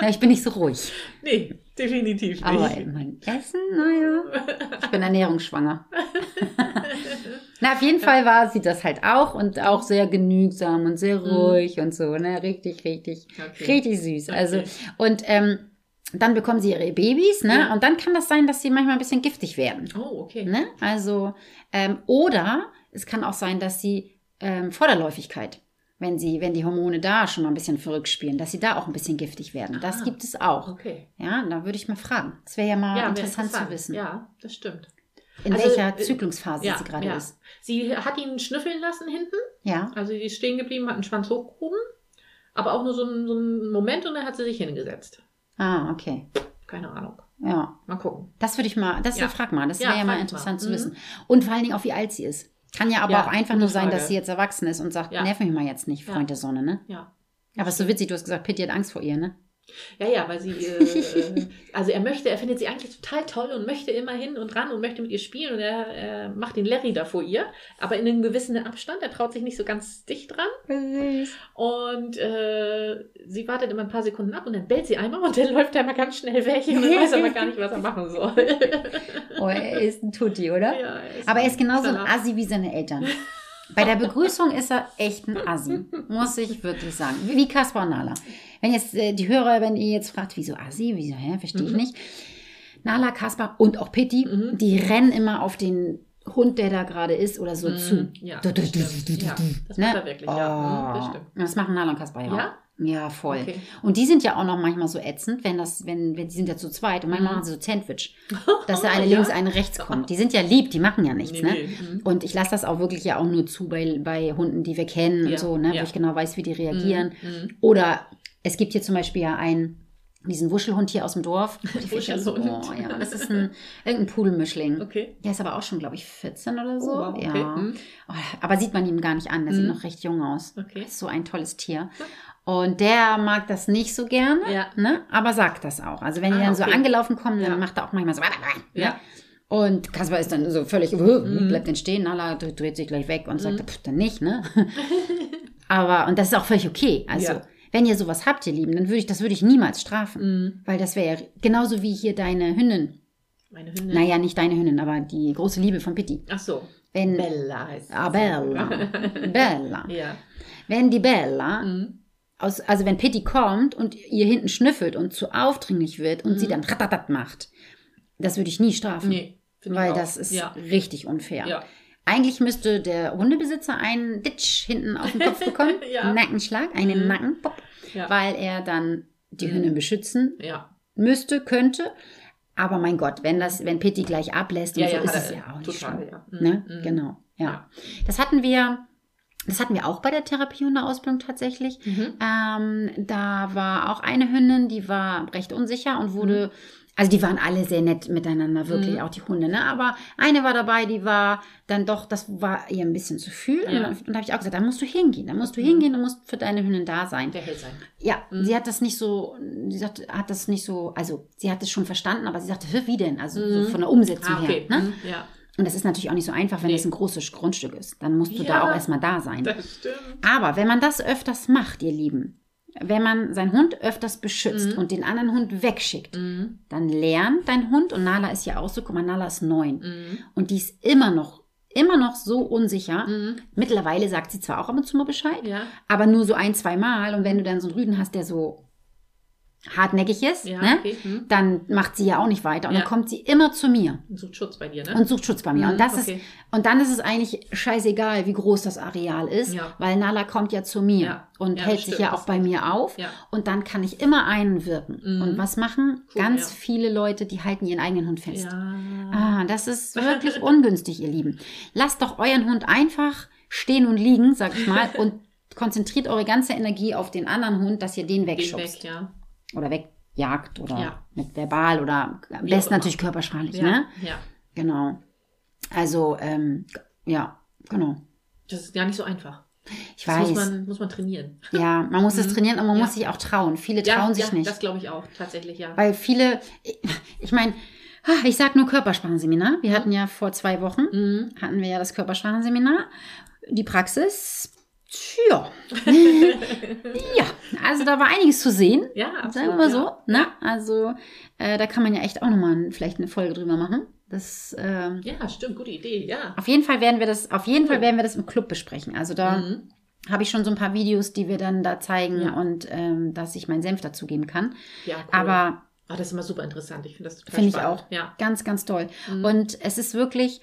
[SPEAKER 1] Na, ich bin nicht so ruhig.
[SPEAKER 2] *laughs* Nee, definitiv nicht.
[SPEAKER 1] Aber mein Essen, naja. Ich bin
[SPEAKER 2] *laughs*
[SPEAKER 1] ernährungsschwanger. Na, auf jeden Fall war sie das halt auch und auch sehr genügsam und sehr ruhig und so, ne? Richtig, richtig,
[SPEAKER 2] Mhm. Okay.
[SPEAKER 1] richtig süß. Also,
[SPEAKER 2] Okay.
[SPEAKER 1] und ähm, dann bekommen sie ihre Babys, ne?
[SPEAKER 2] Ja.
[SPEAKER 1] Und dann kann das sein, dass sie manchmal ein bisschen giftig werden.
[SPEAKER 2] oh, okay.
[SPEAKER 1] Ne? Also, ähm, oder es kann auch sein, dass sie ähm, Vorderläufigkeit. wenn sie, wenn die Hormone da schon mal ein bisschen verrückt spielen, dass sie da auch ein bisschen giftig werden. Das
[SPEAKER 2] Ah.
[SPEAKER 1] gibt es auch.
[SPEAKER 2] Okay.
[SPEAKER 1] Ja, da würde ich mal fragen. Das wäre ja mal
[SPEAKER 2] Ja, wär
[SPEAKER 1] interessant, zu wissen,
[SPEAKER 2] Ja, das stimmt.
[SPEAKER 1] in
[SPEAKER 2] Also,
[SPEAKER 1] welcher
[SPEAKER 2] äh,
[SPEAKER 1] Zyklungsphase
[SPEAKER 2] ja,
[SPEAKER 1] sie gerade
[SPEAKER 2] ja.
[SPEAKER 1] ist.
[SPEAKER 2] Sie hat ihn schnüffeln lassen hinten.
[SPEAKER 1] Ja.
[SPEAKER 2] Also sie ist stehen geblieben, hat einen Schwanz hochgehoben. Aber auch nur so einen, so einen Moment und dann hat sie sich hingesetzt.
[SPEAKER 1] Ah, okay.
[SPEAKER 2] Keine Ahnung.
[SPEAKER 1] Ja.
[SPEAKER 2] Mal gucken.
[SPEAKER 1] Das würde ich mal, das
[SPEAKER 2] Ja.
[SPEAKER 1] frag mal, das
[SPEAKER 2] Ja,
[SPEAKER 1] wäre ja mal
[SPEAKER 2] frag
[SPEAKER 1] interessant
[SPEAKER 2] mal.
[SPEAKER 1] zu
[SPEAKER 2] Mhm.
[SPEAKER 1] wissen. Und vor allen Dingen auch, wie alt sie ist. Kann ja aber
[SPEAKER 2] Ja,
[SPEAKER 1] auch einfach
[SPEAKER 2] gute
[SPEAKER 1] nur sein,
[SPEAKER 2] Frage.
[SPEAKER 1] dass sie jetzt erwachsen ist und sagt,
[SPEAKER 2] Ja.
[SPEAKER 1] nerv mich mal jetzt nicht, Freund
[SPEAKER 2] Ja.
[SPEAKER 1] der Sonne, ne?
[SPEAKER 2] Ja.
[SPEAKER 1] Aber es ist so witzig, du hast gesagt, Pitti hat Angst vor ihr, ne?
[SPEAKER 2] Ja, ja, weil sie, äh,
[SPEAKER 1] *laughs*
[SPEAKER 2] äh, also er möchte, er findet sie eigentlich total toll und möchte immer hin und ran und möchte mit ihr spielen und er äh, macht den Larry da vor ihr, aber in einem gewissen Abstand, er traut sich nicht so ganz dicht dran und äh, sie wartet immer ein paar Sekunden ab und dann bellt sie einmal und dann *laughs* läuft er mal ganz schnell weg und dann weiß er aber gar nicht, was er
[SPEAKER 1] *laughs*
[SPEAKER 2] machen soll.
[SPEAKER 1] Oh, er ist ein Tutti, oder?
[SPEAKER 2] Ja, er ist
[SPEAKER 1] Aber er ist genauso ein
[SPEAKER 2] Salat.
[SPEAKER 1] Assi wie seine Eltern. Bei der Begrüßung ist er echt ein Assi, muss ich wirklich sagen. Wie wie Kaspar Nala. Wenn jetzt äh, die Hörer, wenn ihr jetzt fragt, wieso Assi, wieso, hä, verstehe ich
[SPEAKER 2] Mhm.
[SPEAKER 1] nicht. Nala, Kaspar und auch Pitti,
[SPEAKER 2] Mhm.
[SPEAKER 1] die rennen immer auf den Hund, der da gerade ist oder so zu.
[SPEAKER 2] Mhm. Ja,
[SPEAKER 1] Du, du,
[SPEAKER 2] das
[SPEAKER 1] du, du,
[SPEAKER 2] stimmt.
[SPEAKER 1] du,
[SPEAKER 2] Ja,
[SPEAKER 1] du.
[SPEAKER 2] das
[SPEAKER 1] Ne?
[SPEAKER 2] macht er wirklich, ja. Mhm, Das
[SPEAKER 1] Oh.
[SPEAKER 2] stimmt.
[SPEAKER 1] Das machen Nala und Kaspar ja.
[SPEAKER 2] Ja?
[SPEAKER 1] auch. Ja, voll.
[SPEAKER 2] Okay.
[SPEAKER 1] Und die sind ja auch noch manchmal so ätzend, wenn das, wenn, wenn die sind ja zu zweit und manchmal
[SPEAKER 2] Mhm.
[SPEAKER 1] machen sie so
[SPEAKER 2] *laughs*
[SPEAKER 1] Sandwich, dass da eine
[SPEAKER 2] Ja.
[SPEAKER 1] links, eine rechts kommt. Die sind ja lieb, die machen ja nichts, ne?
[SPEAKER 2] Nee, nee. Mhm.
[SPEAKER 1] Und ich lasse das auch wirklich ja auch nur zu bei, bei Hunden, die wir kennen
[SPEAKER 2] Ja,
[SPEAKER 1] und so, ne?
[SPEAKER 2] ja.
[SPEAKER 1] Wo ich genau weiß, wie die reagieren.
[SPEAKER 2] Mhm.
[SPEAKER 1] Oder es gibt hier zum Beispiel ja einen, diesen Wuschelhund hier aus dem Dorf.
[SPEAKER 2] *laughs* Wuschelhund.
[SPEAKER 1] Oh, ja, das ist ein, irgendein Pudelmischling.
[SPEAKER 2] Okay.
[SPEAKER 1] Der ist aber auch schon, glaube ich, 14 oder so.
[SPEAKER 2] Oh, wow, okay.
[SPEAKER 1] Ja.
[SPEAKER 2] Mhm.
[SPEAKER 1] Oh, aber sieht man ihm gar nicht an, der sieht
[SPEAKER 2] Mhm.
[SPEAKER 1] noch recht jung aus.
[SPEAKER 2] Okay.
[SPEAKER 1] Ist so ein tolles Tier. Und der mag das nicht so gerne,
[SPEAKER 2] Ja.
[SPEAKER 1] ne? aber sagt das auch. Also wenn die
[SPEAKER 2] Ah,
[SPEAKER 1] dann so
[SPEAKER 2] okay.
[SPEAKER 1] angelaufen kommen, dann
[SPEAKER 2] Ja.
[SPEAKER 1] macht er auch manchmal so. Ne?
[SPEAKER 2] Ja.
[SPEAKER 1] Und Kaspar ist dann so völlig, uh,
[SPEAKER 2] Mhm.
[SPEAKER 1] bleibt dann stehen, Nala dreht dreht sich gleich weg und sagt,
[SPEAKER 2] Mhm.
[SPEAKER 1] pff, dann nicht,
[SPEAKER 2] *laughs*
[SPEAKER 1] ne? Aber, und das ist auch völlig okay. Also,
[SPEAKER 2] Ja.
[SPEAKER 1] wenn ihr sowas habt, ihr Lieben, dann würde ich, das würde ich niemals strafen.
[SPEAKER 2] Mhm.
[SPEAKER 1] Weil das wäre ja genauso wie hier deine Hündin.
[SPEAKER 2] Meine Hündin.
[SPEAKER 1] Naja, nicht deine Hündin, aber die große Liebe von Pitti.
[SPEAKER 2] Ach so.
[SPEAKER 1] Wenn,
[SPEAKER 2] Bella heißt
[SPEAKER 1] Ah,
[SPEAKER 2] *laughs*
[SPEAKER 1] Bella. Bella.
[SPEAKER 2] ja.
[SPEAKER 1] Wenn die Bella
[SPEAKER 2] Mhm.
[SPEAKER 1] aus, also wenn Pitti kommt und ihr hinten schnüffelt und zu aufdringlich wird und sie
[SPEAKER 2] Mhm.
[SPEAKER 1] dann ratatat macht, das würde ich nie strafen.
[SPEAKER 2] Nee, finde ich
[SPEAKER 1] weil
[SPEAKER 2] auch.
[SPEAKER 1] das ist
[SPEAKER 2] Ja.
[SPEAKER 1] richtig unfair.
[SPEAKER 2] Ja.
[SPEAKER 1] Eigentlich müsste der Hundebesitzer einen Ditch hinten auf den Kopf bekommen,
[SPEAKER 2] *laughs* Ja.
[SPEAKER 1] einen Nackenschlag, einen
[SPEAKER 2] Mhm.
[SPEAKER 1] Nacken, pop,
[SPEAKER 2] Ja.
[SPEAKER 1] weil er dann die
[SPEAKER 2] Mhm.
[SPEAKER 1] Hündin beschützen
[SPEAKER 2] ja.
[SPEAKER 1] müsste, könnte. Aber mein Gott, wenn das, wenn Pitti gleich ablässt und
[SPEAKER 2] Ja,
[SPEAKER 1] so,
[SPEAKER 2] ja,
[SPEAKER 1] ist
[SPEAKER 2] hat
[SPEAKER 1] es
[SPEAKER 2] er-
[SPEAKER 1] ja auch nicht
[SPEAKER 2] total,
[SPEAKER 1] schlimm.
[SPEAKER 2] ja. Mhm,
[SPEAKER 1] Ne?
[SPEAKER 2] mhm.
[SPEAKER 1] Genau, ja. Das hatten wir, das hatten wir auch bei der Therapie und der Ausbildung tatsächlich.
[SPEAKER 2] Mhm.
[SPEAKER 1] Ähm, da war auch eine Hündin, die war recht unsicher und wurde, also die waren alle sehr nett miteinander, wirklich,
[SPEAKER 2] Mhm.
[SPEAKER 1] auch die Hunde, ne? Aber eine war dabei, die war dann doch, das war ihr ein bisschen zu viel. Und,
[SPEAKER 2] Ja.
[SPEAKER 1] dann- und da habe ich auch gesagt, da musst du hingehen, da musst du
[SPEAKER 2] Mhm.
[SPEAKER 1] hingehen, du musst für deine Hündin da sein.
[SPEAKER 2] Der hält sein.
[SPEAKER 1] Ja,
[SPEAKER 2] Mhm.
[SPEAKER 1] sie hat das nicht so, sie sagt, hat das nicht so, also sie hat es schon verstanden, aber sie sagte, "Hä, wie denn? Also so
[SPEAKER 2] Mhm.
[SPEAKER 1] von der Umsetzung
[SPEAKER 2] Ah, okay.
[SPEAKER 1] her. Ne?
[SPEAKER 2] Mhm. Ja.
[SPEAKER 1] Und das ist natürlich auch nicht so einfach, wenn
[SPEAKER 2] Nee.
[SPEAKER 1] es ein großes Grundstück ist. Dann musst du da
[SPEAKER 2] Ja.
[SPEAKER 1] auch erstmal da sein.
[SPEAKER 2] Das stimmt.
[SPEAKER 1] Aber wenn man das öfters macht, ihr Lieben, wenn man seinen Hund öfters beschützt
[SPEAKER 2] Mhm.
[SPEAKER 1] und den anderen Hund wegschickt,
[SPEAKER 2] Mhm.
[SPEAKER 1] dann lernt dein Hund, und Nala ist ja auch so, guck mal, Nala ist neun.
[SPEAKER 2] Mhm.
[SPEAKER 1] Und die ist immer noch, immer noch so unsicher.
[SPEAKER 2] Mhm.
[SPEAKER 1] Mittlerweile sagt sie zwar auch ab und zu mal Bescheid,
[SPEAKER 2] Ja.
[SPEAKER 1] aber nur so ein, zwei Mal. Und wenn du dann so einen Rüden hast, der so hartnäckig ist,
[SPEAKER 2] Ja.
[SPEAKER 1] ne?
[SPEAKER 2] Okay. Mhm.
[SPEAKER 1] dann macht sie ja auch nicht weiter. Und
[SPEAKER 2] Ja.
[SPEAKER 1] dann kommt sie immer zu mir
[SPEAKER 2] Sucht Schutz bei dir, ne?
[SPEAKER 1] und sucht Schutz bei mir.
[SPEAKER 2] Mhm,
[SPEAKER 1] Und das
[SPEAKER 2] okay.
[SPEAKER 1] ist, und dann ist es eigentlich scheißegal, wie groß das Areal ist,
[SPEAKER 2] Ja.
[SPEAKER 1] weil Nala kommt ja zu mir
[SPEAKER 2] Ja.
[SPEAKER 1] und
[SPEAKER 2] Ja,
[SPEAKER 1] hält
[SPEAKER 2] das
[SPEAKER 1] sich
[SPEAKER 2] stimmt,
[SPEAKER 1] ja auch
[SPEAKER 2] das
[SPEAKER 1] bei mir auf.
[SPEAKER 2] Ja.
[SPEAKER 1] Und dann kann ich immer einen wirken.
[SPEAKER 2] Mhm.
[SPEAKER 1] Und was machen
[SPEAKER 2] Cool,
[SPEAKER 1] ganz
[SPEAKER 2] ja.
[SPEAKER 1] viele Leute, die halten ihren eigenen Hund fest?
[SPEAKER 2] Ja.
[SPEAKER 1] Ah, das
[SPEAKER 2] *laughs*
[SPEAKER 1] ist wirklich ungünstig, ihr Lieben. Lasst doch euren Hund einfach stehen und liegen, sag ich mal,
[SPEAKER 2] *laughs*
[SPEAKER 1] und konzentriert eure ganze Energie auf den anderen Hund, dass ihr den
[SPEAKER 2] Geht
[SPEAKER 1] wegschubst
[SPEAKER 2] weg, ja.
[SPEAKER 1] oder wegjagt oder
[SPEAKER 2] Ja.
[SPEAKER 1] mit verbal oder am
[SPEAKER 2] Wie auch
[SPEAKER 1] besten
[SPEAKER 2] immer.
[SPEAKER 1] natürlich körpersprachlich,
[SPEAKER 2] Ja.
[SPEAKER 1] ne?
[SPEAKER 2] ja.
[SPEAKER 1] Genau. Also, ähm, ja, genau.
[SPEAKER 2] Das ist gar nicht so einfach.
[SPEAKER 1] Ich
[SPEAKER 2] Das
[SPEAKER 1] weiß.
[SPEAKER 2] muss man, muss man trainieren.
[SPEAKER 1] ja, man muss es
[SPEAKER 2] Mhm.
[SPEAKER 1] trainieren und man
[SPEAKER 2] Ja.
[SPEAKER 1] muss sich auch trauen. Viele
[SPEAKER 2] Ja,
[SPEAKER 1] trauen sich
[SPEAKER 2] ja,
[SPEAKER 1] nicht.
[SPEAKER 2] Das glaube ich auch, tatsächlich, ja.
[SPEAKER 1] weil viele, ich meine, ah, ich sag nur Körpersprachenseminar. Wir hatten ja vor zwei Wochen,
[SPEAKER 2] Mhm.
[SPEAKER 1] hatten wir ja das Körpersprachenseminar. Die Praxis,
[SPEAKER 2] *laughs*
[SPEAKER 1] ja. ja, also da war einiges zu sehen.
[SPEAKER 2] Ja, absolut.
[SPEAKER 1] Sagen wir mal
[SPEAKER 2] ja.
[SPEAKER 1] so. Ne? Also äh, da kann man ja echt auch nochmal vielleicht eine Folge drüber machen. Das, ähm,
[SPEAKER 2] Ja, stimmt, gute Idee, ja.
[SPEAKER 1] auf jeden Fall werden wir das, auf jeden Fall werden wir das im Club besprechen. Also da
[SPEAKER 2] Mhm.
[SPEAKER 1] habe ich schon so ein paar Videos, die wir dann da zeigen
[SPEAKER 2] Ja.
[SPEAKER 1] und ähm, dass ich meinen Senf dazugeben kann.
[SPEAKER 2] Ja, cool.
[SPEAKER 1] Aber
[SPEAKER 2] Ah, das ist immer super interessant. Ich finde das total
[SPEAKER 1] Finde ich
[SPEAKER 2] spannend. Ja.
[SPEAKER 1] ganz, ganz toll.
[SPEAKER 2] Mhm.
[SPEAKER 1] Und es ist wirklich,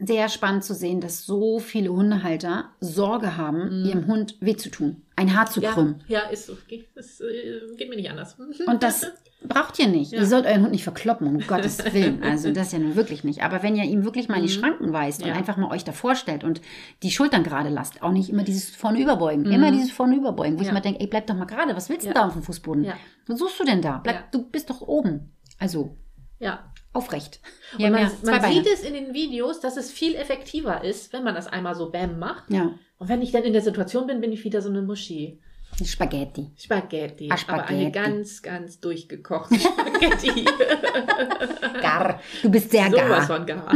[SPEAKER 1] sehr spannend zu sehen, dass so viele Hundehalter Sorge haben, ihrem Hund weh zu tun, ein Haar zu krümmen.
[SPEAKER 2] Mhm. Ja, ist so. Geht, das äh, geht mir nicht anders. *laughs*
[SPEAKER 1] Und das braucht ihr nicht.
[SPEAKER 2] Ja.
[SPEAKER 1] Ihr sollt euren Hund nicht verkloppen, um
[SPEAKER 2] *laughs*
[SPEAKER 1] Gottes Willen. Also das ja nun wirklich nicht. Aber wenn ihr ihm wirklich mal in die
[SPEAKER 2] Mhm.
[SPEAKER 1] Schranken weist und
[SPEAKER 2] Ja.
[SPEAKER 1] einfach mal euch davor stellt und die Schultern gerade lasst, auch nicht immer dieses vorne überbeugen, immer dieses vorne überbeugen, wo ich
[SPEAKER 2] Mhm. Ja.
[SPEAKER 1] mal denke, ey, bleib doch mal gerade, was willst du
[SPEAKER 2] Ja.
[SPEAKER 1] da auf dem Fußboden?
[SPEAKER 2] Ja.
[SPEAKER 1] Was suchst du denn da? Bleib,
[SPEAKER 2] Ja.
[SPEAKER 1] Du bist doch oben. Also
[SPEAKER 2] Ja.
[SPEAKER 1] aufrecht.
[SPEAKER 2] Und man,
[SPEAKER 1] mehr. Zwei
[SPEAKER 2] man
[SPEAKER 1] Beine.
[SPEAKER 2] sieht es in den Videos, dass es viel effektiver ist, wenn man das einmal so Bam macht.
[SPEAKER 1] Ja,
[SPEAKER 2] Und wenn ich dann in der Situation bin, bin ich wieder so eine Muschi. *laughs*
[SPEAKER 1] Spaghetti.
[SPEAKER 2] Spaghetti.
[SPEAKER 1] Ah,
[SPEAKER 2] Aber eine
[SPEAKER 1] Spaghetti.
[SPEAKER 2] ganz, ganz durchgekochte *laughs* Spaghetti.
[SPEAKER 1] Gar. Du bist sehr gar.
[SPEAKER 2] Sowas von gar.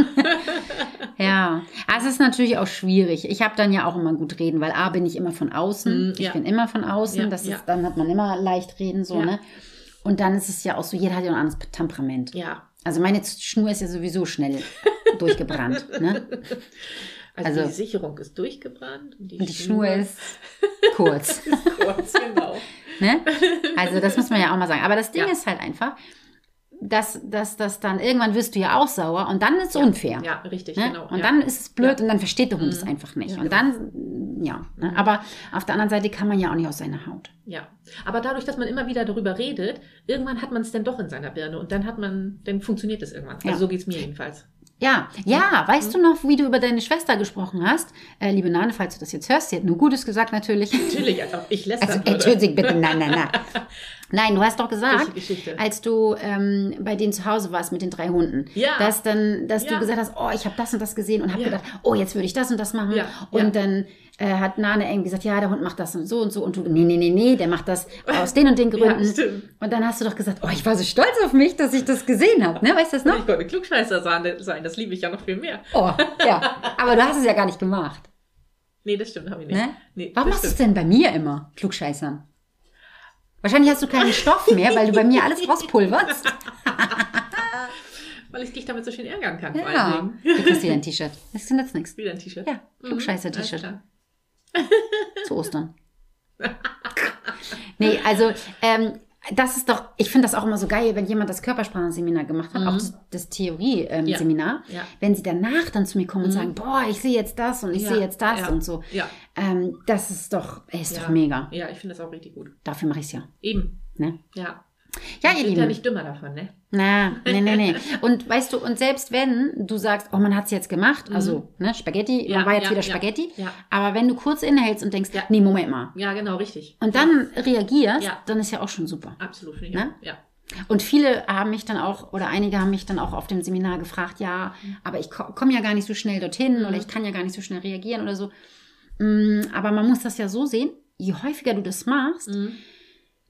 [SPEAKER 1] Ja, Ah, es ist natürlich auch schwierig. Ich habe dann ja auch immer gut reden, weil A bin ich immer von außen.
[SPEAKER 2] Mm, ja.
[SPEAKER 1] Ich bin immer von außen.
[SPEAKER 2] Ja,
[SPEAKER 1] das ist,
[SPEAKER 2] ja.
[SPEAKER 1] Dann hat man immer leicht reden, so,
[SPEAKER 2] Ja.
[SPEAKER 1] ne? Und dann ist es ja auch so, jeder hat ja ein anderes Temperament.
[SPEAKER 2] Ja.
[SPEAKER 1] Also meine Schnur ist ja sowieso
[SPEAKER 2] *laughs*
[SPEAKER 1] schnell durchgebrannt, ne?
[SPEAKER 2] Also,
[SPEAKER 1] Also-
[SPEAKER 2] die Sicherung ist durchgebrannt und die,
[SPEAKER 1] Und die Schnur ist kurz.
[SPEAKER 2] ist *laughs* kurz, genau.
[SPEAKER 1] Ne? Also das muss man ja auch mal sagen. Aber das Ding
[SPEAKER 2] Ja.
[SPEAKER 1] ist halt einfach, dass, dass, dass dann irgendwann wirst du ja auch sauer und dann ist es unfair.
[SPEAKER 2] Ja, richtig,
[SPEAKER 1] Ne?
[SPEAKER 2] genau.
[SPEAKER 1] und
[SPEAKER 2] ja.
[SPEAKER 1] dann ist es blöd
[SPEAKER 2] Ja.
[SPEAKER 1] und dann versteht der Hund es
[SPEAKER 2] Mhm.
[SPEAKER 1] einfach nicht.
[SPEAKER 2] Ja,
[SPEAKER 1] und
[SPEAKER 2] genau. Mhm.
[SPEAKER 1] dann, ja. Ne? Aber auf der anderen Seite kann man ja auch nicht aus seiner Haut.
[SPEAKER 2] ja. Aber dadurch, dass man immer wieder darüber redet, irgendwann hat man es dann doch in seiner Birne und dann hat man, dann funktioniert es irgendwann. Also
[SPEAKER 1] Ja.
[SPEAKER 2] so geht es mir jedenfalls.
[SPEAKER 1] Ja,
[SPEAKER 2] Mhm.
[SPEAKER 1] ja, weißt du noch, wie du über deine Schwester gesprochen hast? Äh, liebe Nane, falls du das jetzt hörst, sie hat nur Gutes gesagt natürlich.
[SPEAKER 2] Natürlich, als ob ich lästern
[SPEAKER 1] Also,
[SPEAKER 2] würde.
[SPEAKER 1] entschuldige bitte, nein, nein,
[SPEAKER 2] *laughs*
[SPEAKER 1] nein. Nein, du hast doch
[SPEAKER 2] Solche
[SPEAKER 1] gesagt,
[SPEAKER 2] Geschichte.
[SPEAKER 1] als du ähm, bei denen zu Hause warst mit den drei Hunden,
[SPEAKER 2] Ja.
[SPEAKER 1] dass dann, dass du
[SPEAKER 2] Ja.
[SPEAKER 1] gesagt hast, oh, ich habe das und das gesehen und habe
[SPEAKER 2] Ja.
[SPEAKER 1] gedacht, oh, jetzt würde ich das und das machen.
[SPEAKER 2] Ja.
[SPEAKER 1] Und
[SPEAKER 2] Ja.
[SPEAKER 1] dann äh, hat Nane irgendwie gesagt, ja, der Hund macht das und so und so und du, nee, nee, nee, nee, der macht das aus den und
[SPEAKER 2] *laughs*
[SPEAKER 1] den Gründen.
[SPEAKER 2] stimmt.
[SPEAKER 1] und dann hast du doch gesagt, oh, ich war so stolz auf mich, dass ich das gesehen habe, ne? Weißt du das noch?
[SPEAKER 2] Ich konnte Klugscheißer sein, sein, das liebe ich ja noch viel mehr.
[SPEAKER 1] Oh, ja. Aber du hast es ja gar nicht gemacht.
[SPEAKER 2] Nee, das stimmt, habe ich nicht.
[SPEAKER 1] Ne?
[SPEAKER 2] Nee,
[SPEAKER 1] Warum
[SPEAKER 2] das
[SPEAKER 1] machst du es
[SPEAKER 2] stimmt.
[SPEAKER 1] denn bei mir immer, Klugscheißern? Wahrscheinlich hast du keinen Stoff mehr, weil du bei mir alles
[SPEAKER 2] *laughs*
[SPEAKER 1] rauspulverst.
[SPEAKER 2] Weil ich dich damit so schön ärgern kann, vor
[SPEAKER 1] Ja.
[SPEAKER 2] allen Dingen.
[SPEAKER 1] Du kriegst wieder ein T-Shirt. Das ist denn jetzt nichts.
[SPEAKER 2] Wieder ein T-Shirt.
[SPEAKER 1] Ja,
[SPEAKER 2] Mhm, Alles
[SPEAKER 1] Klugscheißer-T-Shirt.
[SPEAKER 2] klar.
[SPEAKER 1] Zu Ostern. Nee, also, ähm, das ist doch, ich finde das auch immer so geil, wenn jemand das Körpersprachenseminar gemacht hat, auch das, das
[SPEAKER 2] Ja.
[SPEAKER 1] Theorie-Seminar,
[SPEAKER 2] Mhm. Ja. Mhm.
[SPEAKER 1] wenn sie danach dann zu mir kommen und sagen, boah, ich sehe jetzt das und ich
[SPEAKER 2] Ja,
[SPEAKER 1] sehe jetzt das
[SPEAKER 2] ja,
[SPEAKER 1] und so.
[SPEAKER 2] ja.
[SPEAKER 1] Ähm, das ist doch, ey, ist
[SPEAKER 2] Ja.
[SPEAKER 1] doch mega.
[SPEAKER 2] Ja, ich finde das auch richtig gut.
[SPEAKER 1] Dafür mache ich es ja.
[SPEAKER 2] Eben.
[SPEAKER 1] Ne?
[SPEAKER 2] Ja.
[SPEAKER 1] Ja,
[SPEAKER 2] Ich
[SPEAKER 1] ihr
[SPEAKER 2] bin ja
[SPEAKER 1] Lieben.
[SPEAKER 2] nicht dümmer davon, ne?
[SPEAKER 1] Na, nee, nee, nee. Und weißt du, und selbst wenn du sagst, oh, man hat's jetzt gemacht, also ne, Spaghetti,
[SPEAKER 2] Mhm. Ja,
[SPEAKER 1] man war jetzt
[SPEAKER 2] ja,
[SPEAKER 1] wieder
[SPEAKER 2] ja,
[SPEAKER 1] Spaghetti,
[SPEAKER 2] ja.
[SPEAKER 1] aber wenn du kurz innehältst und denkst,
[SPEAKER 2] Ja.
[SPEAKER 1] nee, Moment mal,
[SPEAKER 2] Ja, genau, richtig.
[SPEAKER 1] und dann reagierst,
[SPEAKER 2] Ja.
[SPEAKER 1] dann ist ja auch schon super.
[SPEAKER 2] Absolut, finde ich.
[SPEAKER 1] Ne?
[SPEAKER 2] auch. Ja.
[SPEAKER 1] Und viele haben mich dann auch, oder einige haben mich dann auch auf dem Seminar gefragt, ja, aber ich ko- komme ja gar nicht so schnell dorthin
[SPEAKER 2] Mhm.
[SPEAKER 1] oder ich kann ja gar nicht so schnell reagieren oder so. Mm, Aber man muss das ja so sehen, je häufiger du das machst,
[SPEAKER 2] Mhm.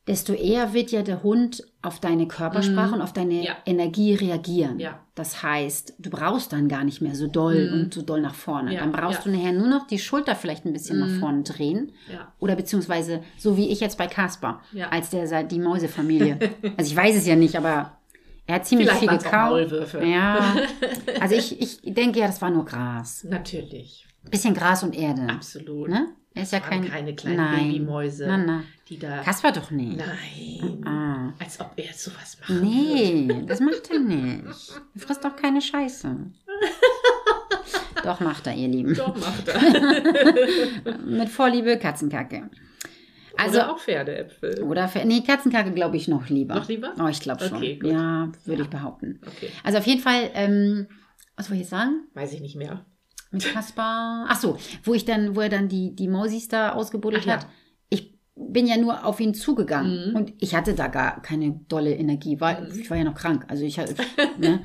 [SPEAKER 1] desto eher wird ja der Hund auf deine Körpersprache und auf deine
[SPEAKER 2] Mhm. Ja.
[SPEAKER 1] Energie reagieren.
[SPEAKER 2] Ja. Mhm.
[SPEAKER 1] Das heißt, du brauchst dann gar nicht mehr so doll und so doll nach vorne.
[SPEAKER 2] Ja,
[SPEAKER 1] Dann brauchst
[SPEAKER 2] ja. Mhm.
[SPEAKER 1] du nachher nur noch die Schulter vielleicht ein bisschen nach vorne drehen.
[SPEAKER 2] Ja.
[SPEAKER 1] Oder beziehungsweise so wie ich jetzt bei Kasper,
[SPEAKER 2] Ja.
[SPEAKER 1] als der sei- die Mäusefamilie.
[SPEAKER 2] *laughs*
[SPEAKER 1] also ich weiß es ja nicht, aber er hat ziemlich
[SPEAKER 2] Vielleicht
[SPEAKER 1] viel
[SPEAKER 2] waren's auch
[SPEAKER 1] gekaut.
[SPEAKER 2] Maulwürfe. *laughs*
[SPEAKER 1] Ja. Also ich, ich denke ja, das war nur Gras.
[SPEAKER 2] Natürlich.
[SPEAKER 1] Bisschen Gras und Erde.
[SPEAKER 2] Absolut.
[SPEAKER 1] Ne? Er ist ja
[SPEAKER 2] waren
[SPEAKER 1] kein,
[SPEAKER 2] keine kleinen
[SPEAKER 1] nein.
[SPEAKER 2] Babymäuse,
[SPEAKER 1] Nein, nein.
[SPEAKER 2] die da.
[SPEAKER 1] Kasper doch nicht.
[SPEAKER 2] Nein.
[SPEAKER 1] Ah.
[SPEAKER 2] Als ob er sowas macht.
[SPEAKER 1] Nee, das macht er nicht. Er frisst doch keine
[SPEAKER 2] *laughs*
[SPEAKER 1] Scheiße. Doch macht er, ihr Lieben.
[SPEAKER 2] Doch
[SPEAKER 1] *laughs*
[SPEAKER 2] macht er.
[SPEAKER 1] Mit Vorliebe Katzenkacke. Also,
[SPEAKER 2] Oder auch Pferdeäpfel.
[SPEAKER 1] oder, Fe- nee, Katzenkacke glaube ich noch lieber.
[SPEAKER 2] Noch lieber?
[SPEAKER 1] Oh, ich glaube schon.
[SPEAKER 2] Okay, gut.
[SPEAKER 1] Ja, würde ich behaupten.
[SPEAKER 2] Okay.
[SPEAKER 1] Also auf jeden Fall, ähm, was wollte ich jetzt sagen?
[SPEAKER 2] Weiß ich nicht mehr.
[SPEAKER 1] Mit Kaspar. Ach so, wo ich dann, wo er dann die, die Mausis da ausgebuddelt
[SPEAKER 2] Ach ja. Mhm.
[SPEAKER 1] hat. Ich bin ja nur auf ihn zugegangen und ich hatte da gar keine dolle Energie. War, Ich war ja noch krank. Also ich *laughs* hatte, ne?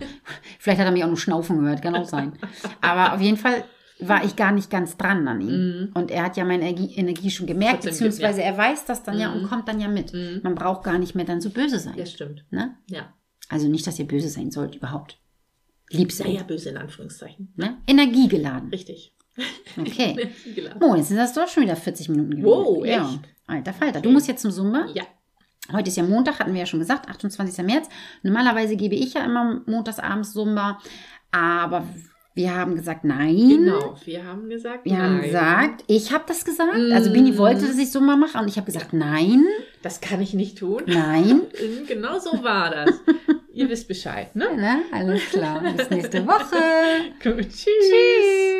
[SPEAKER 1] vielleicht hat er mich auch nur schnaufen gehört, kann auch sein. Aber auf jeden Fall war ich gar nicht ganz dran an ihm. Und er hat ja meine Energie, Energie schon gemerkt,
[SPEAKER 2] Mhm. Trotzdem gemerkt. Mhm.
[SPEAKER 1] beziehungsweise er weiß das dann ja und kommt dann ja mit. Man braucht gar nicht mehr dann so böse sein.
[SPEAKER 2] Ja, stimmt.
[SPEAKER 1] Ne?
[SPEAKER 2] Ja.
[SPEAKER 1] Also nicht, dass ihr böse sein sollt, überhaupt. Lieb sein.
[SPEAKER 2] Naja, böse in Anführungszeichen.
[SPEAKER 1] Ne?
[SPEAKER 2] *laughs*
[SPEAKER 1] Energiegeladen.
[SPEAKER 2] Richtig.
[SPEAKER 1] Okay.
[SPEAKER 2] Geladen.
[SPEAKER 1] Oh, jetzt sind das doch schon wieder 40 Minuten gewesen.
[SPEAKER 2] Wow,
[SPEAKER 1] ja.
[SPEAKER 2] echt?
[SPEAKER 1] Alter Falter. Du musst jetzt zum Zumba.
[SPEAKER 2] Ja.
[SPEAKER 1] Heute ist ja Montag, hatten wir ja schon gesagt, 28. März. Normalerweise gebe ich ja immer montags abends Zumba, aber wir haben gesagt, nein.
[SPEAKER 2] Genau. Wir haben gesagt,
[SPEAKER 1] Wir haben
[SPEAKER 2] nein. Mm.
[SPEAKER 1] gesagt, ich habe das gesagt. Also Bini wollte, dass ich Zumba mache und ich habe gesagt, nein,
[SPEAKER 2] *laughs* Das kann ich nicht tun.
[SPEAKER 1] nein.
[SPEAKER 2] *laughs* Genau so war das.
[SPEAKER 1] ihr wisst Bescheid, ne?
[SPEAKER 2] Ne? Alles klar. Bis nächste Woche.
[SPEAKER 1] Gut, tschüss.
[SPEAKER 2] Tschüss.